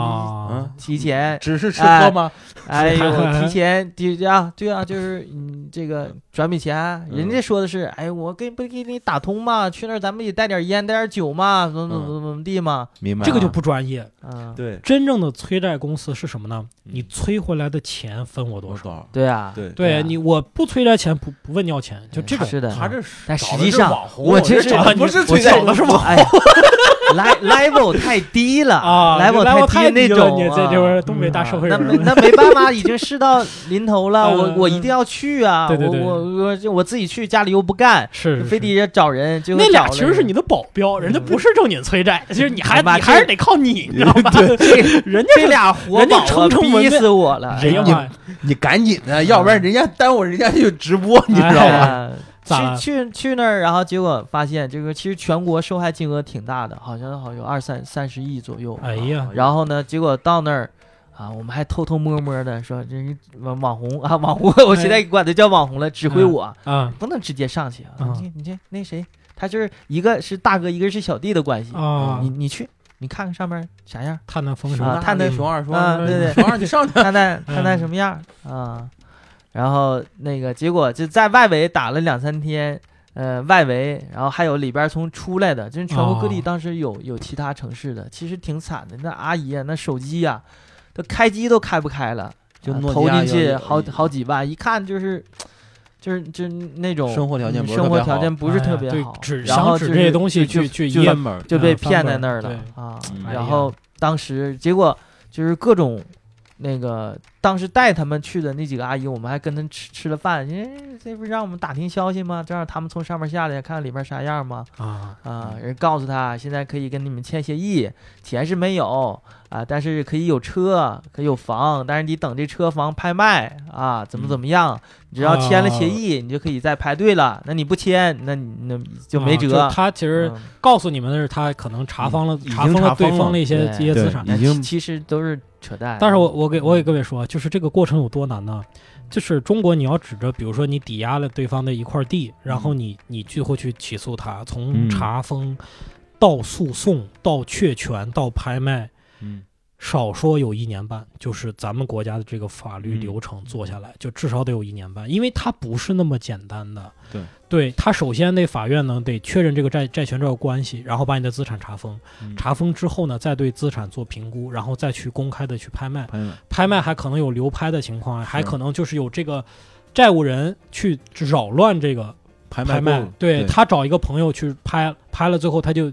啊，提前，只是吃喝吗？ (laughs) 哎呦，提前提啊，对啊，就是嗯，这个转笔钱，啊人家说的是，哎，我给不给你打通嘛？去那儿咱们也带点烟，带点酒嘛，怎么怎么怎么地嘛，明白了？这个就不专业。嗯，对，真正的催债公司是什么呢？嗯你催回来的钱分我多少？少？对啊，对，对对啊你，我不催债钱，不不问要钱，就这种。是的，他这但找实的际是上网红，我我这是找的不是崔健找的是哎，le-，level 太低了啊，level 太那低了种你啊嗯在这边东北大社会那人没那没办法，已经事到临头了，我嗯我一定要去啊！对对对我我我就我自己去，家里又不干，是是非得找人，就那俩其实是你的保镖，人家不是正经催债，其实你还嗯哎妈你还这是得靠你， (laughs) 你知道吧？人家这俩活人家宝啊诚诚逼文死我了，人家哎呀嘛你赶紧的，要不然人家耽误人家去直播，你知道哎吗？呀 (laughs) 咋了去去去那儿，然后结果发现这个其实全国受害金额挺大的，好像好有二三三十亿左右。哎呀，然后呢，结果到那儿啊，我们还偷偷摸摸的说，这是网网红啊，网红，我现在管他叫网红了，指挥哎嗯我，啊不能直接上去啊！啊你这你这那谁，他就是一个是大哥，一个是小弟的关系。啊你，你去，你看看上面啥样，探探风什么啊探探探熊熊二说，啊对对熊二你上 (laughs) 去，看看看看什么样啊。然后那个结果就在外围打了两三天，呃，外围，然后还有里边从出来的，就是全国各地哦当时有有其他城市的，其实挺惨的。那阿姨啊，那手机呀、都开机都开不开了，就啊诺基投亚进有去有好有好几万，一看就是。就是就是那种生活条件嗯不是生特活别条好件不是哎特呀别对好，只然想后指就这些是东西就去去就淹门就嗯被翻骗本在儿那儿了对啊嗯。哎呀然后当时结果就是各种那个，当时带他们去的那几个阿姨，我们还跟他们吃吃了饭，因为这不是让我们打听消息吗？就让他们从上面下来看看里面啥样吗？啊啊，人告诉他现在可以跟你们签协议，钱是没有啊，但是可以有车，可以有房，但是你等这车房拍卖啊，怎么嗯怎么样？你只要签啊了协议，你就可以再排队了。那你不签，那你那就没辙。啊他其实嗯告诉你们的是，他可能查封了已经查封查了对封方的了一些对一些资产，已但经啊其实都是扯淡。啊但是我我给我给各位说，啊就是这个过程有多难呢？就是中国，你要指着，比如说你抵押了对方的一块地，然嗯后你你最后去起诉他，从嗯查封到诉讼到确权到拍卖，嗯少说有一年半，就是咱们国家的这个法律嗯流程做下来，就至少得有一年半，因为它不是那么简单的。对，对，它首先得法院呢得确认这个债债权这个关系，然后把你的资产查封，嗯查封之后呢，再对资产做评估，然后再去公开的去拍卖。朋友们，拍卖还可能有流拍的情况，啊还可能就是有这个债务人去扰乱这个拍拍卖卖部，对对他找一个朋友去拍，拍了最后他就，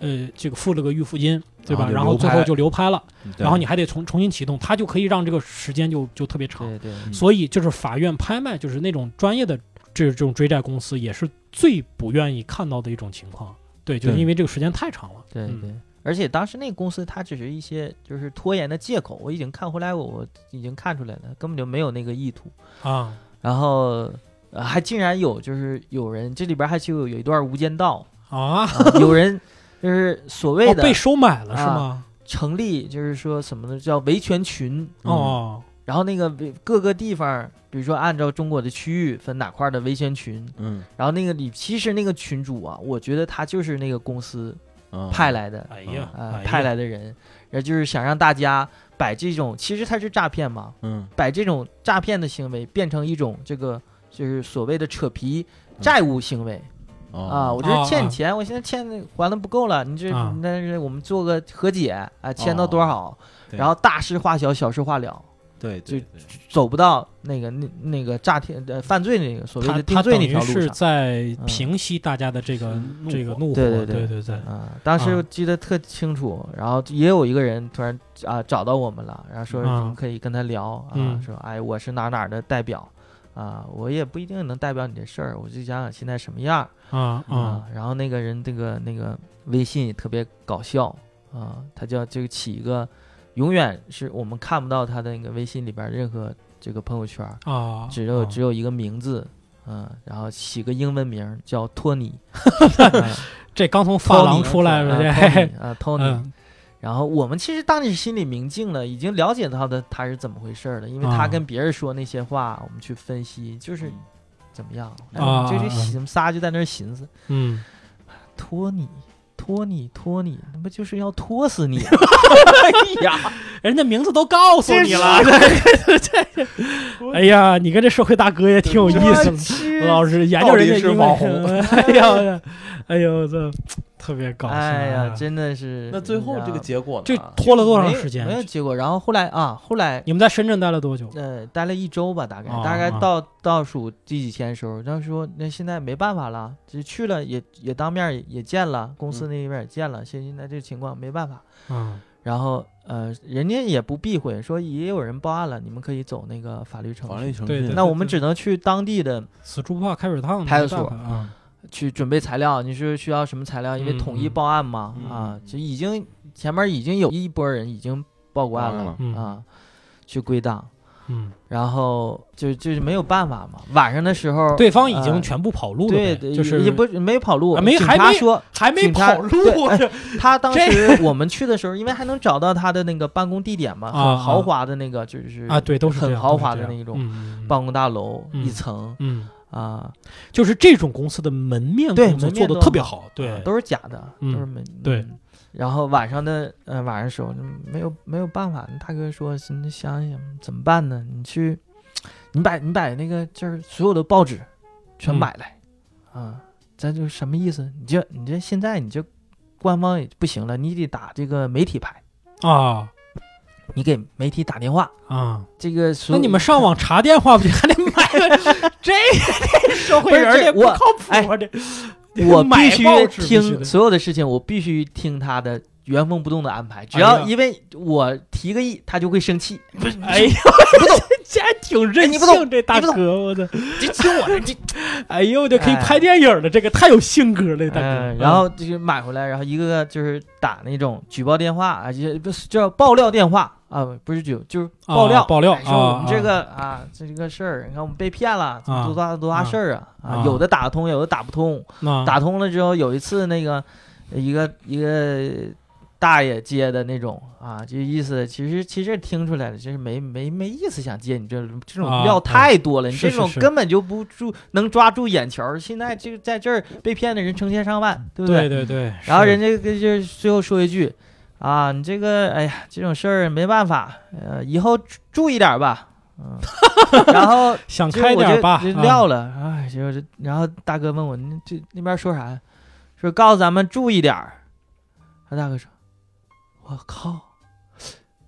呃，这个付了个预付金，对吧？然然后后啊就流拍最后就流拍了，对然后你还得重重新启动，他就可以让这个时间就就特别长。对对嗯所以就是法院拍卖，就是那种专业的这这种追债公司，也是最不愿意看到的一种情况。对，就是对因为这个时间太长了。对嗯对，而且当时那个公司它只是一些就是拖延的借口，我已经看回来我我已经看出来了，根本就没有那个意图。啊，然后、呃还竟然有就是有人这里边还就有有一段《无 (laughs) 间道啊，》啊有人就是所谓哦，的被收买了是啊吗？成立，就是说什么呢？叫维权群。嗯哦，然后那个维各个地方，比如说按照中国的区域分哪块儿的维权群，嗯然后那个里其实那个群主啊，我觉得他就是那个公司嗯派来的，哎呀，呃哎，呀派来的人，然后就是想让大家把这种，其实它是诈骗嘛，嗯把这种诈骗的行为变成一种这个就是所谓的扯皮嗯债务行为、哦啊，我这啊是欠啊你钱，我现在欠的还的不够了，你这啊那是我们做个和解啊，签到多哦少，对然后大事化小，小事化了。对对对走不到那个那那个诈骗呃犯罪那个所谓他的他定罪等那于条路是上在平息大家的这个、嗯这个怒怒火，对对对对对对啊、当时啊我记得特清楚，然后也有一个人突然啊找到我们了，然后说啊我们可以跟他聊啊，嗯说哎我是哪哪儿的代表啊，我也不一定能代表你的事儿，我就想想现在什么样啊啊啊。然后那个人这个那个微信也特别搞笑啊，他叫这个起一个，永远是我们看不到他的那个微信里边任何这个朋友圈，啊！只有啊只有一个名字。嗯，然后起个英文名叫托尼， (laughs) 啊这刚从发廊出来了，啊这、 (laughs) ，Tony 啊，Tony，嗯然后我们其实当时心里明镜了，已经了解到的他是怎么回事儿了，因为啊他跟别人说那些话，我们去分析就是怎么样，哎啊我们就这寻我们仨就在那儿寻思，嗯托尼，拖你拖你，那不就是要拖死你？哎呀，人家名字都告诉你了，哎呀，你跟这社会大哥也挺有意思的。老师研究人家到底是英网文红是吧， (laughs) 哎呀，哎呦，这特别 (laughs) 搞笑。啊哎呀，真的是。那最后你知这个道结果呢？这拖了多没长有时间没？有结果。然后后来啊，后来你们在深圳待了多久？呃待了一周吧，大概啊哦大概哦到倒数第几天的时候，然后说那现在没办法了，就去了也也当面也也见了，公司嗯那边也见了，现现在这个情况没办法。嗯然后呃，人家也不避讳，说也有人报案了，你们可以走那个法律程法律序。程对序对，那我们只能去当地的死猪不怕开水烫，派出所没办法啊，去准备材料，你是需要什么材料？因为嗯统一嗯报案嘛，嗯啊，就已经前面已经有一波人已经报过案报案了嗯啊，去归档，嗯，然后就就是没有办法嘛。晚上的时候，对方已经呃全部跑路了对呗，对，就是也不没跑路，啊没警还察没 (laughs) 说还没警察跑路对哎这他当这时我们去的时候，因 (laughs) 为还能找到他的那个办公地点嘛，啊啊很豪华的那个就是啊，对，都是这很样豪都是华这的样那种嗯嗯嗯办公大楼嗯一层嗯，啊，就是这种公司的门面对工作门面做的都特别很好，对，啊都是假的，嗯都是没对嗯然后晚上的呃晚上的时候嗯没有没有办法，大哥说你想想怎么办呢？你去，你把你把那个就是所有的报纸全嗯买来，啊，咱就什么意思？你这你这现在你这官方也不行了，你得打这个媒体牌，啊你给媒体打电话。啊。这个所那有你们上网查电话不就还得买个这这社会人儿 (laughs) 不是这这不我哎靠谱啊！这我必买须报纸必须听得所有的事情，我必须听他的原封不动的安排。只哎呀要因为我提个议，他就会生气。不是，哎呀，不懂，这还挺任哎你不性，懂这大你不懂哥，我的，这听我的，这哎呦，这可以哎拍电影了，这个太有性格了，大哥。啊嗯，然后就是买回来，然后一个个就是打那种举报电话啊，也不是叫爆料电话啊，不是举就是啊爆料、爆料哎说我啊们这个啊这个事儿，你看我们被骗了，怎啊么多大多大事儿啊啊啊，有的打得通，有的打不通，那打通了之后有一次那个一个一个大爷接的那种啊，这意思其实其实听出来了，就是没没没意思想接你这这种啊料太多了，你是这是种是根本就不住能抓住眼球儿。现在就在这儿被骗的人成千上万，对不嗯对对对，然后是人家跟就是最后说一句。啊，你这个，哎呀，这种事儿没办法，呃，以后注注意点儿吧，嗯， (laughs) 然后想就开点儿吧，我就啊就撂了，哎，就是然后大哥问我，你这那边说啥呀？说告诉咱们注意点儿。然后大哥说，我靠，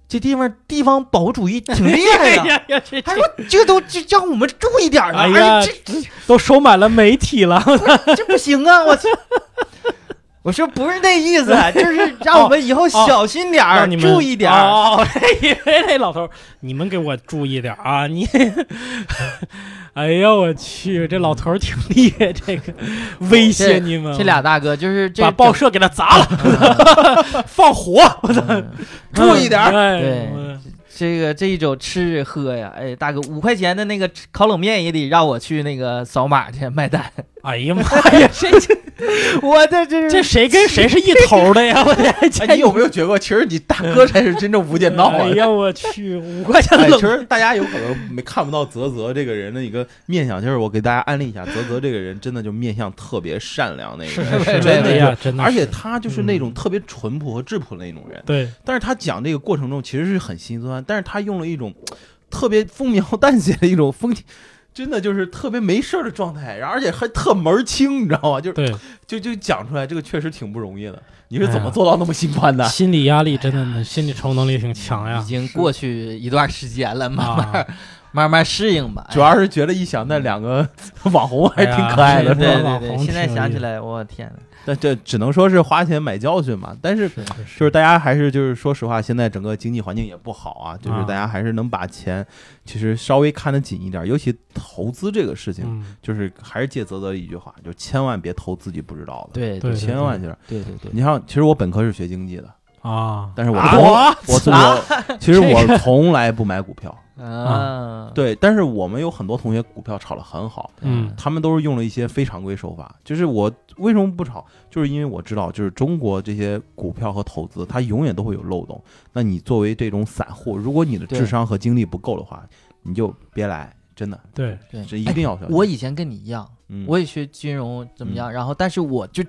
这地方地方保护主义挺厉害哎呀。呀呀，这他说这都这让我们注意点儿了，哎哎呀 (laughs) 这都收买了媒体了，这不行啊，我去。我说不是那意思，就是让我们以后小心点儿，哦让你们注意点儿。哦，以为那老头儿，你们给我注意点儿啊！ (laughs) 你，哎呀，我去，这老头儿挺厉害，这个威胁你们，啊这俩大哥就是这把报社给他砸了，放火， (laughs) (laughs) 我操，嗯注意点儿哎对我这个这一周吃喝呀，哎，大哥，五块钱的那个吃烤冷面也得让我去那个扫码去买单。哎呀妈呀， (laughs) 这 (laughs) 我这这这是谁跟谁是一头的呀？我 (laughs) 这这哎，你有没有觉得过，其实你大哥才是真正无间道啊哎！ (laughs) 呀，我去，五块钱哎，冷其 (laughs) 实大家有可能没看不到泽泽这个人的一个面相，就是我给大家安利一下，泽泽这个人真的就面相特别善良那是个是人，是真的哎呀，真的是，而且他就是嗯那种特别淳朴和质朴的那种人，对，但是他讲这个过程中其实是很心酸，但是他用了一种特别轻描 (laughs) 淡写的一种风，真的就是特别没事儿的状态，然后而且还特门儿清，你知道吗？就是对，就就讲出来，这个确实挺不容易的。你是怎么做到那么心宽的？心理压力真的，心理承受能力挺强呀已。经过去一段时间了，慢慢、啊，慢慢适应吧。主要是觉得一想那两个网红还是挺可哎爱哎呀的，是是吧对网对红挺对，现在有想意起思来，我天呐，但这只能说是花钱买教训嘛。但是是就是是大家还是就是说实话，现在整个经济环境也不好啊，就是啊大家还是能把钱其实稍微看得紧一点，尤其投资这个事情，嗯，就是还是借泽泽一句话，就千万别投自己不知道的，对对对千万就是。对对对，你像，其实我本科是学经济的，啊，但是我啊从、我我从我其实我从来不买股票，啊，对，但是我们有很多同学股票炒得很好，嗯他们都是用了一些非常规手法。就是我为什么不炒，就是因为我知道，就是中国这些股票和投资，它永远都会有漏洞。那你作为这种散户，如果你的对智商和精力不够的话，你就别来，真的，对，对哎这一定要小心。我以前跟你一样，嗯我也学金融怎么样，然后但是我就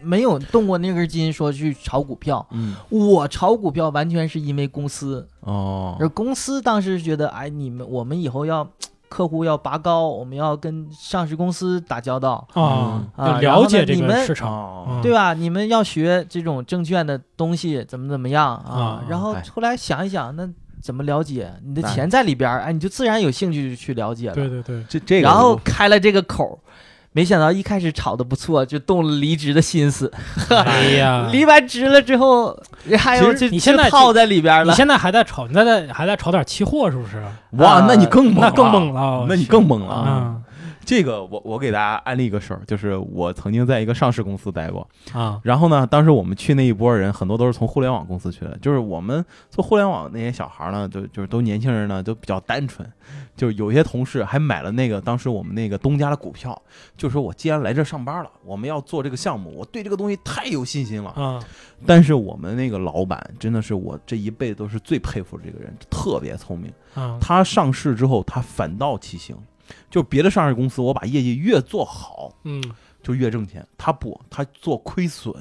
没有动过那根筋说去炒股票。嗯我炒股票完全是因为公司，哦而公司当时觉得，哎，你们我们以后要客户要拔高，我们要跟上市公司打交道，啊，嗯要啊然后了呢解这你个们市场，哦嗯对啊吧？你们要学这种证券的东西，怎么怎么样啊啊？然后哎后来想一想，那怎么了解？你的那钱在里边儿，哎，你就自然有兴趣去了解了。对对 (laughs) 对，这这个然后就开了这个口儿，没想到一开始炒的不错，就动了离职的心思。啊哎呀，离完职了之后，还有其实就你现在就泡在里边你了。现在还在炒，你在在还在炒点期货是不是？哇，啊那你更猛那更了猛了，那你更猛了啊！嗯啊这个我我给大家安利一个事儿，就是我曾经在一个上市公司待过，啊然后呢，当时我们去那一波人很多都是从互联网公司去的，就是我们做互联网那些小孩儿呢，就就是都年轻人呢都比较单纯，就是有些同事还买了那个当时我们那个东家的股票，就说我既然来这儿上班了，我们要做这个项目，我对这个东西太有信心了。啊！但是我们那个老板真的是我这一辈子都是最佩服的这个人，特别聪明。啊他上市之后，他反倒骑行，就别的上市公司，我把业绩越做好嗯就越挣钱，他不，他做亏损，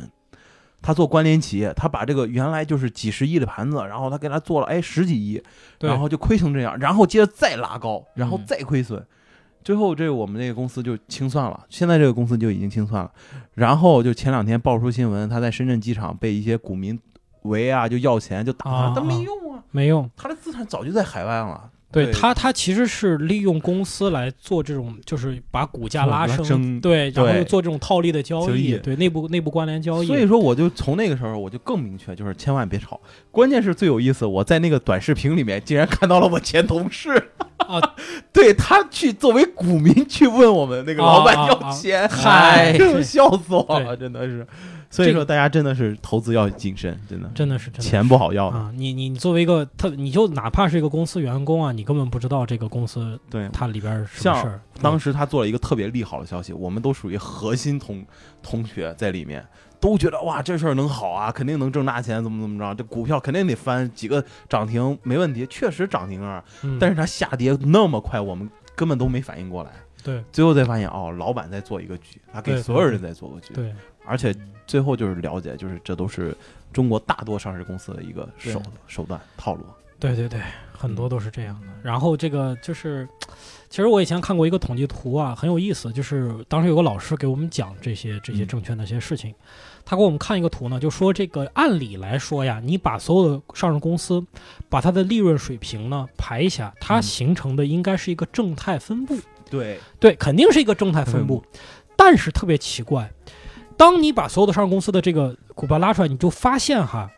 他做关联企业，他把这个原来就是几十亿的盘子，然后他给他做了哎十几亿，对然后就亏成这样，然后接着再拉高，然后嗯再亏损。最后，这我们这个公司就清算了，现在这个公司就已经清算了。然后就前两天爆出新闻，他在深圳机场被一些股民围啊，就要钱，就打啊他，但没用啊，没用。他的资产早就在海外了。对对他，他其实是利用公司来做这种，就是把股价拉拉升对，然后对又做这种套利的交交易，易对内部内部关联交易。所以说，我就从那个时候我就更明确，就是千万别炒。关键是最有意思，我在那个短视频里面竟然看到了我前同事啊， (laughs) 对他去作为股民去问我们那个老板啊啊啊要 (laughs) 钱，(laughs) 嗨哎笑死我了，真的是。所以这说，大家真的是投资要谨慎，真的真的是真的钱不好要的。啊！你你你作为一个特，你就哪怕是一个公司员工啊，你根本不知道这个公司对，它里边儿是什么像事儿。当时他做了一个特别利好的消息，我们都属于核心同同学在里面，都觉得哇这事儿能好啊，肯定能挣大钱，怎么怎么着，这股票肯定得翻几个涨停，没问题，确实涨停啊，嗯但是它下跌那么快，我们根本都没反应过来，对最后才发现哦，老板在做一个局，他给对所有人在做个局，对而且最后就是了解，就是这都是中国大多上市公司的一个手手段套路，对对对，很嗯多都是这样的。然后这个就是，其实我以前看过一个统计图啊，很有意思。就是当时有个老师给我们讲这些这些嗯证券的一些事情，他给我们看一个图呢，就说这个按理来说呀，你把所有的上市公司把它的利润水平呢排一下，它嗯形成的应该是一个正态分布。对，对，肯定是一个正态分分布布。但是特别奇怪，当你把所有的上市公司的这个股票拉出来，你就发现哈，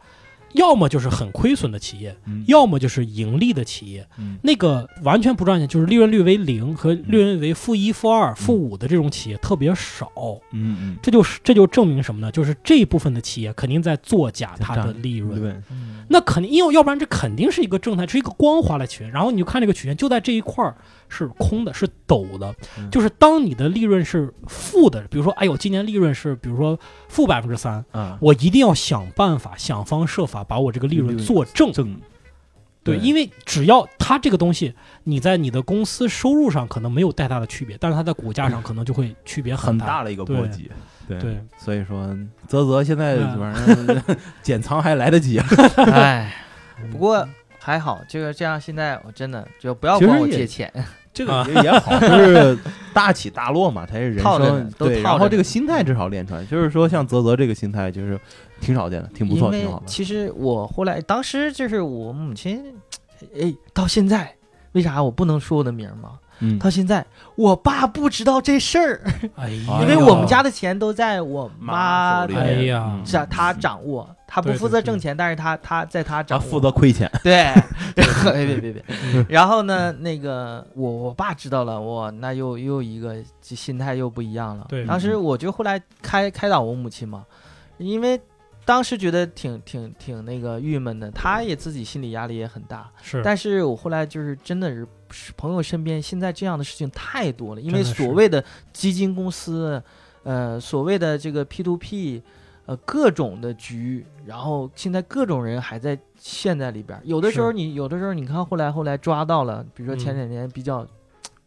要么就是很亏损的企业，嗯要么就是盈利的企业。嗯那个完全不赚钱，就是利润率为零和利润率为负一、负二、负五的这种企业特别少。嗯这就是这就证明什么呢？就是这部分的企业肯定在作假它的利嗯，润。对，嗯那肯定，因为要不然这肯定是一个正态，是一个光滑的曲线。然后你就看这个曲线，就在这一块儿是空的，是陡的。嗯就是当你的利润是负的，比如说，哎呦，今年利润是比如说负百分之三，啊，我一定要想办法、想方设法把我这个利润利润做正。正对，因为只要它这个东西，你在你的公司收入上可能没有太大的区别，但是它在股价上可能就会区别很大。嗯大的一个波及。对对，所以说泽泽现在嗯反正 (laughs) 减仓还来得及啊。哎，不过还好，这个这样现在我真的就不要其实管我也借钱，这个 (laughs) 也也好，就是大起大落嘛，才是人套着呢生。都对，套然着后这个呢心态至少练出来，就是说像泽泽这个心态就是挺少见的，挺不错，因挺为好的。其实我后来当时就是我母亲，哎，到现在为啥我不能说我的名儿吗？嗯，到现在我爸不知道这事儿，哎呀，哎因为我们家的钱都在我妈妈手里哎面的。呀嗯是啊，她掌握，她不对对负责对挣钱，但是她她在她他掌握，负责亏钱，对，别别别别。然后呢，那个我我爸知道了，我那又又一个这心态又不一样了。对当时我就后来开开导我母亲嘛，因为当时觉得挺挺挺那个郁闷的，她也自己心理压力也很大。是，但是我后来就是真的是是朋友身边现在这样的事情太多了，因为真的是所谓的基金公司，呃，所谓的这个 P to P，呃，各种的局，然后现在各种人还在陷在里边儿。有的时候是你有的时候你看后来后来抓到了，比如说嗯前两年比较，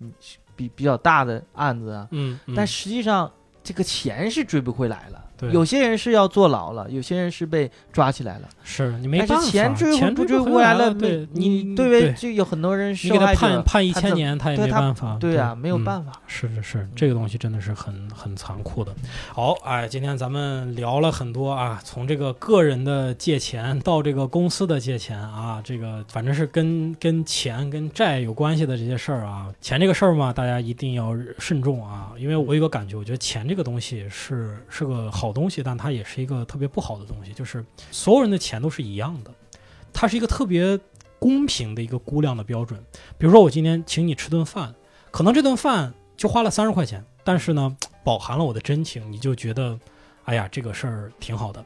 嗯比比较大的案子啊，嗯，嗯但实际上这个钱是追不回来了。对，有些人是要坐牢了，有些人是被抓起来了，是你没但办法，是钱追钱不追追回回来了，对没你对对就有很多人你受给他害者判判一他千怎年，他也对没他办法，对啊，没有法。嗯办法，是是是，这个东西真的是很很残酷的。好，哎，今天咱们聊了很多啊，从这个个人的借钱到这个公司的借钱啊，这个反正是跟跟钱跟债有关系的这些事儿啊。钱这个事儿嘛，大家一定要慎重啊，因为我有一个感觉，我觉得钱这个东西是是个好东西，但它也是一个特别不好的东西，就是所有人的钱都是一样的，它是一个特别公平的一个估量的标准。比如说我今天请你吃顿饭，可能这顿饭就花了三十块钱，但是呢，饱含了我的真情，你就觉得，哎呀，这个事儿挺好的，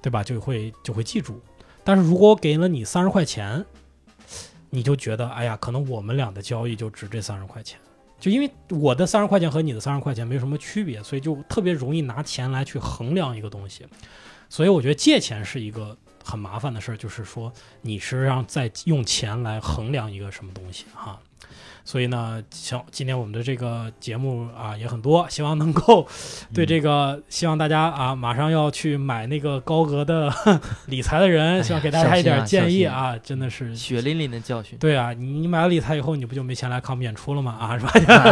对吧？就会就会记住。但是如果我给了你三十块钱，你就觉得，哎呀，可能我们俩的交易就值这三十块钱，就因为我的三十块钱和你的三十块钱没什么区别，所以就特别容易拿钱来去衡量一个东西。所以我觉得借钱是一个很麻烦的事儿，就是说你是让在用钱来衡量一个什么东西哈、所以呢，行，今天我们的这个节目啊也很多，希望能够嗯对这个，希望大家啊马上要去买那个高额的 (laughs) 理财的哎人，呀希望给大家一点小心啊建议小心啊，真的是。血淋淋的教训。对啊，你你买了理财以后，你不就没钱来看我们演出了吗？ (laughs) 啊，是吧？ (laughs) (laughs)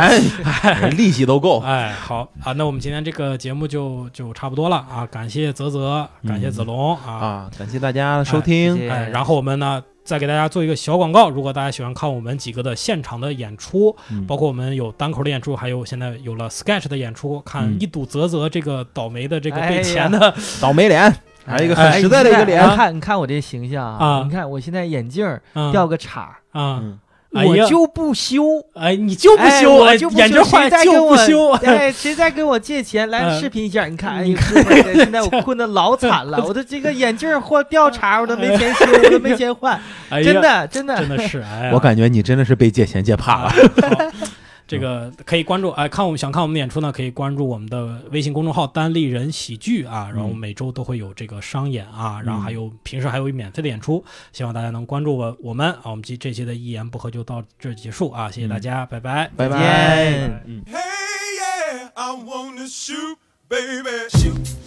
哎，利息都够。哎，好啊，那我们今天这个节目就就差不多了啊，感谢泽泽，感谢子龙啊，啊，感谢大家的收听，嗯谢谢哎，然后我们呢再给大家做一个小广告，如果大家喜欢看我们几个的现场的演出，嗯包括我们有单口的演出，还有现在有了 sketch 的演出，看嗯一睹泽泽这个倒霉的这个哎被呀钱 (laughs) 的，倒霉脸，还有一个很实在的一个脸哎你看，你看我这形象啊你看我现在眼镜儿嗯掉个茬儿，啊，嗯哎我呀就不修，哎，你就不哎修，我哎就不眼睛修坏谁再跟就不我 (laughs) 修， (laughs) 哎，谁再跟我借钱来嗯视频一下？你看，哎你呦，哥 (laughs) 们儿现在我困得老惨了，我的这个眼镜儿或掉茬儿，我都没 (laughs) 钱修，我都没钱换，哎呀真的真的真的是，哎呀，我感觉你真的是被借钱借怕了。好，这个可以关注，哎，看我们想看我们的演出呢，可以关注我们的微信公众号“单立人喜剧”啊，然后嗯每周都会有这个商演啊，嗯然后还有平时还有免费的演出，希望大家能关注我我们啊，我们这这期的一言不合就到这儿结束啊，谢谢大家，拜拜，拜再见拜。嗯。 Hey, yeah, I wanna shoot, baby. Shoot.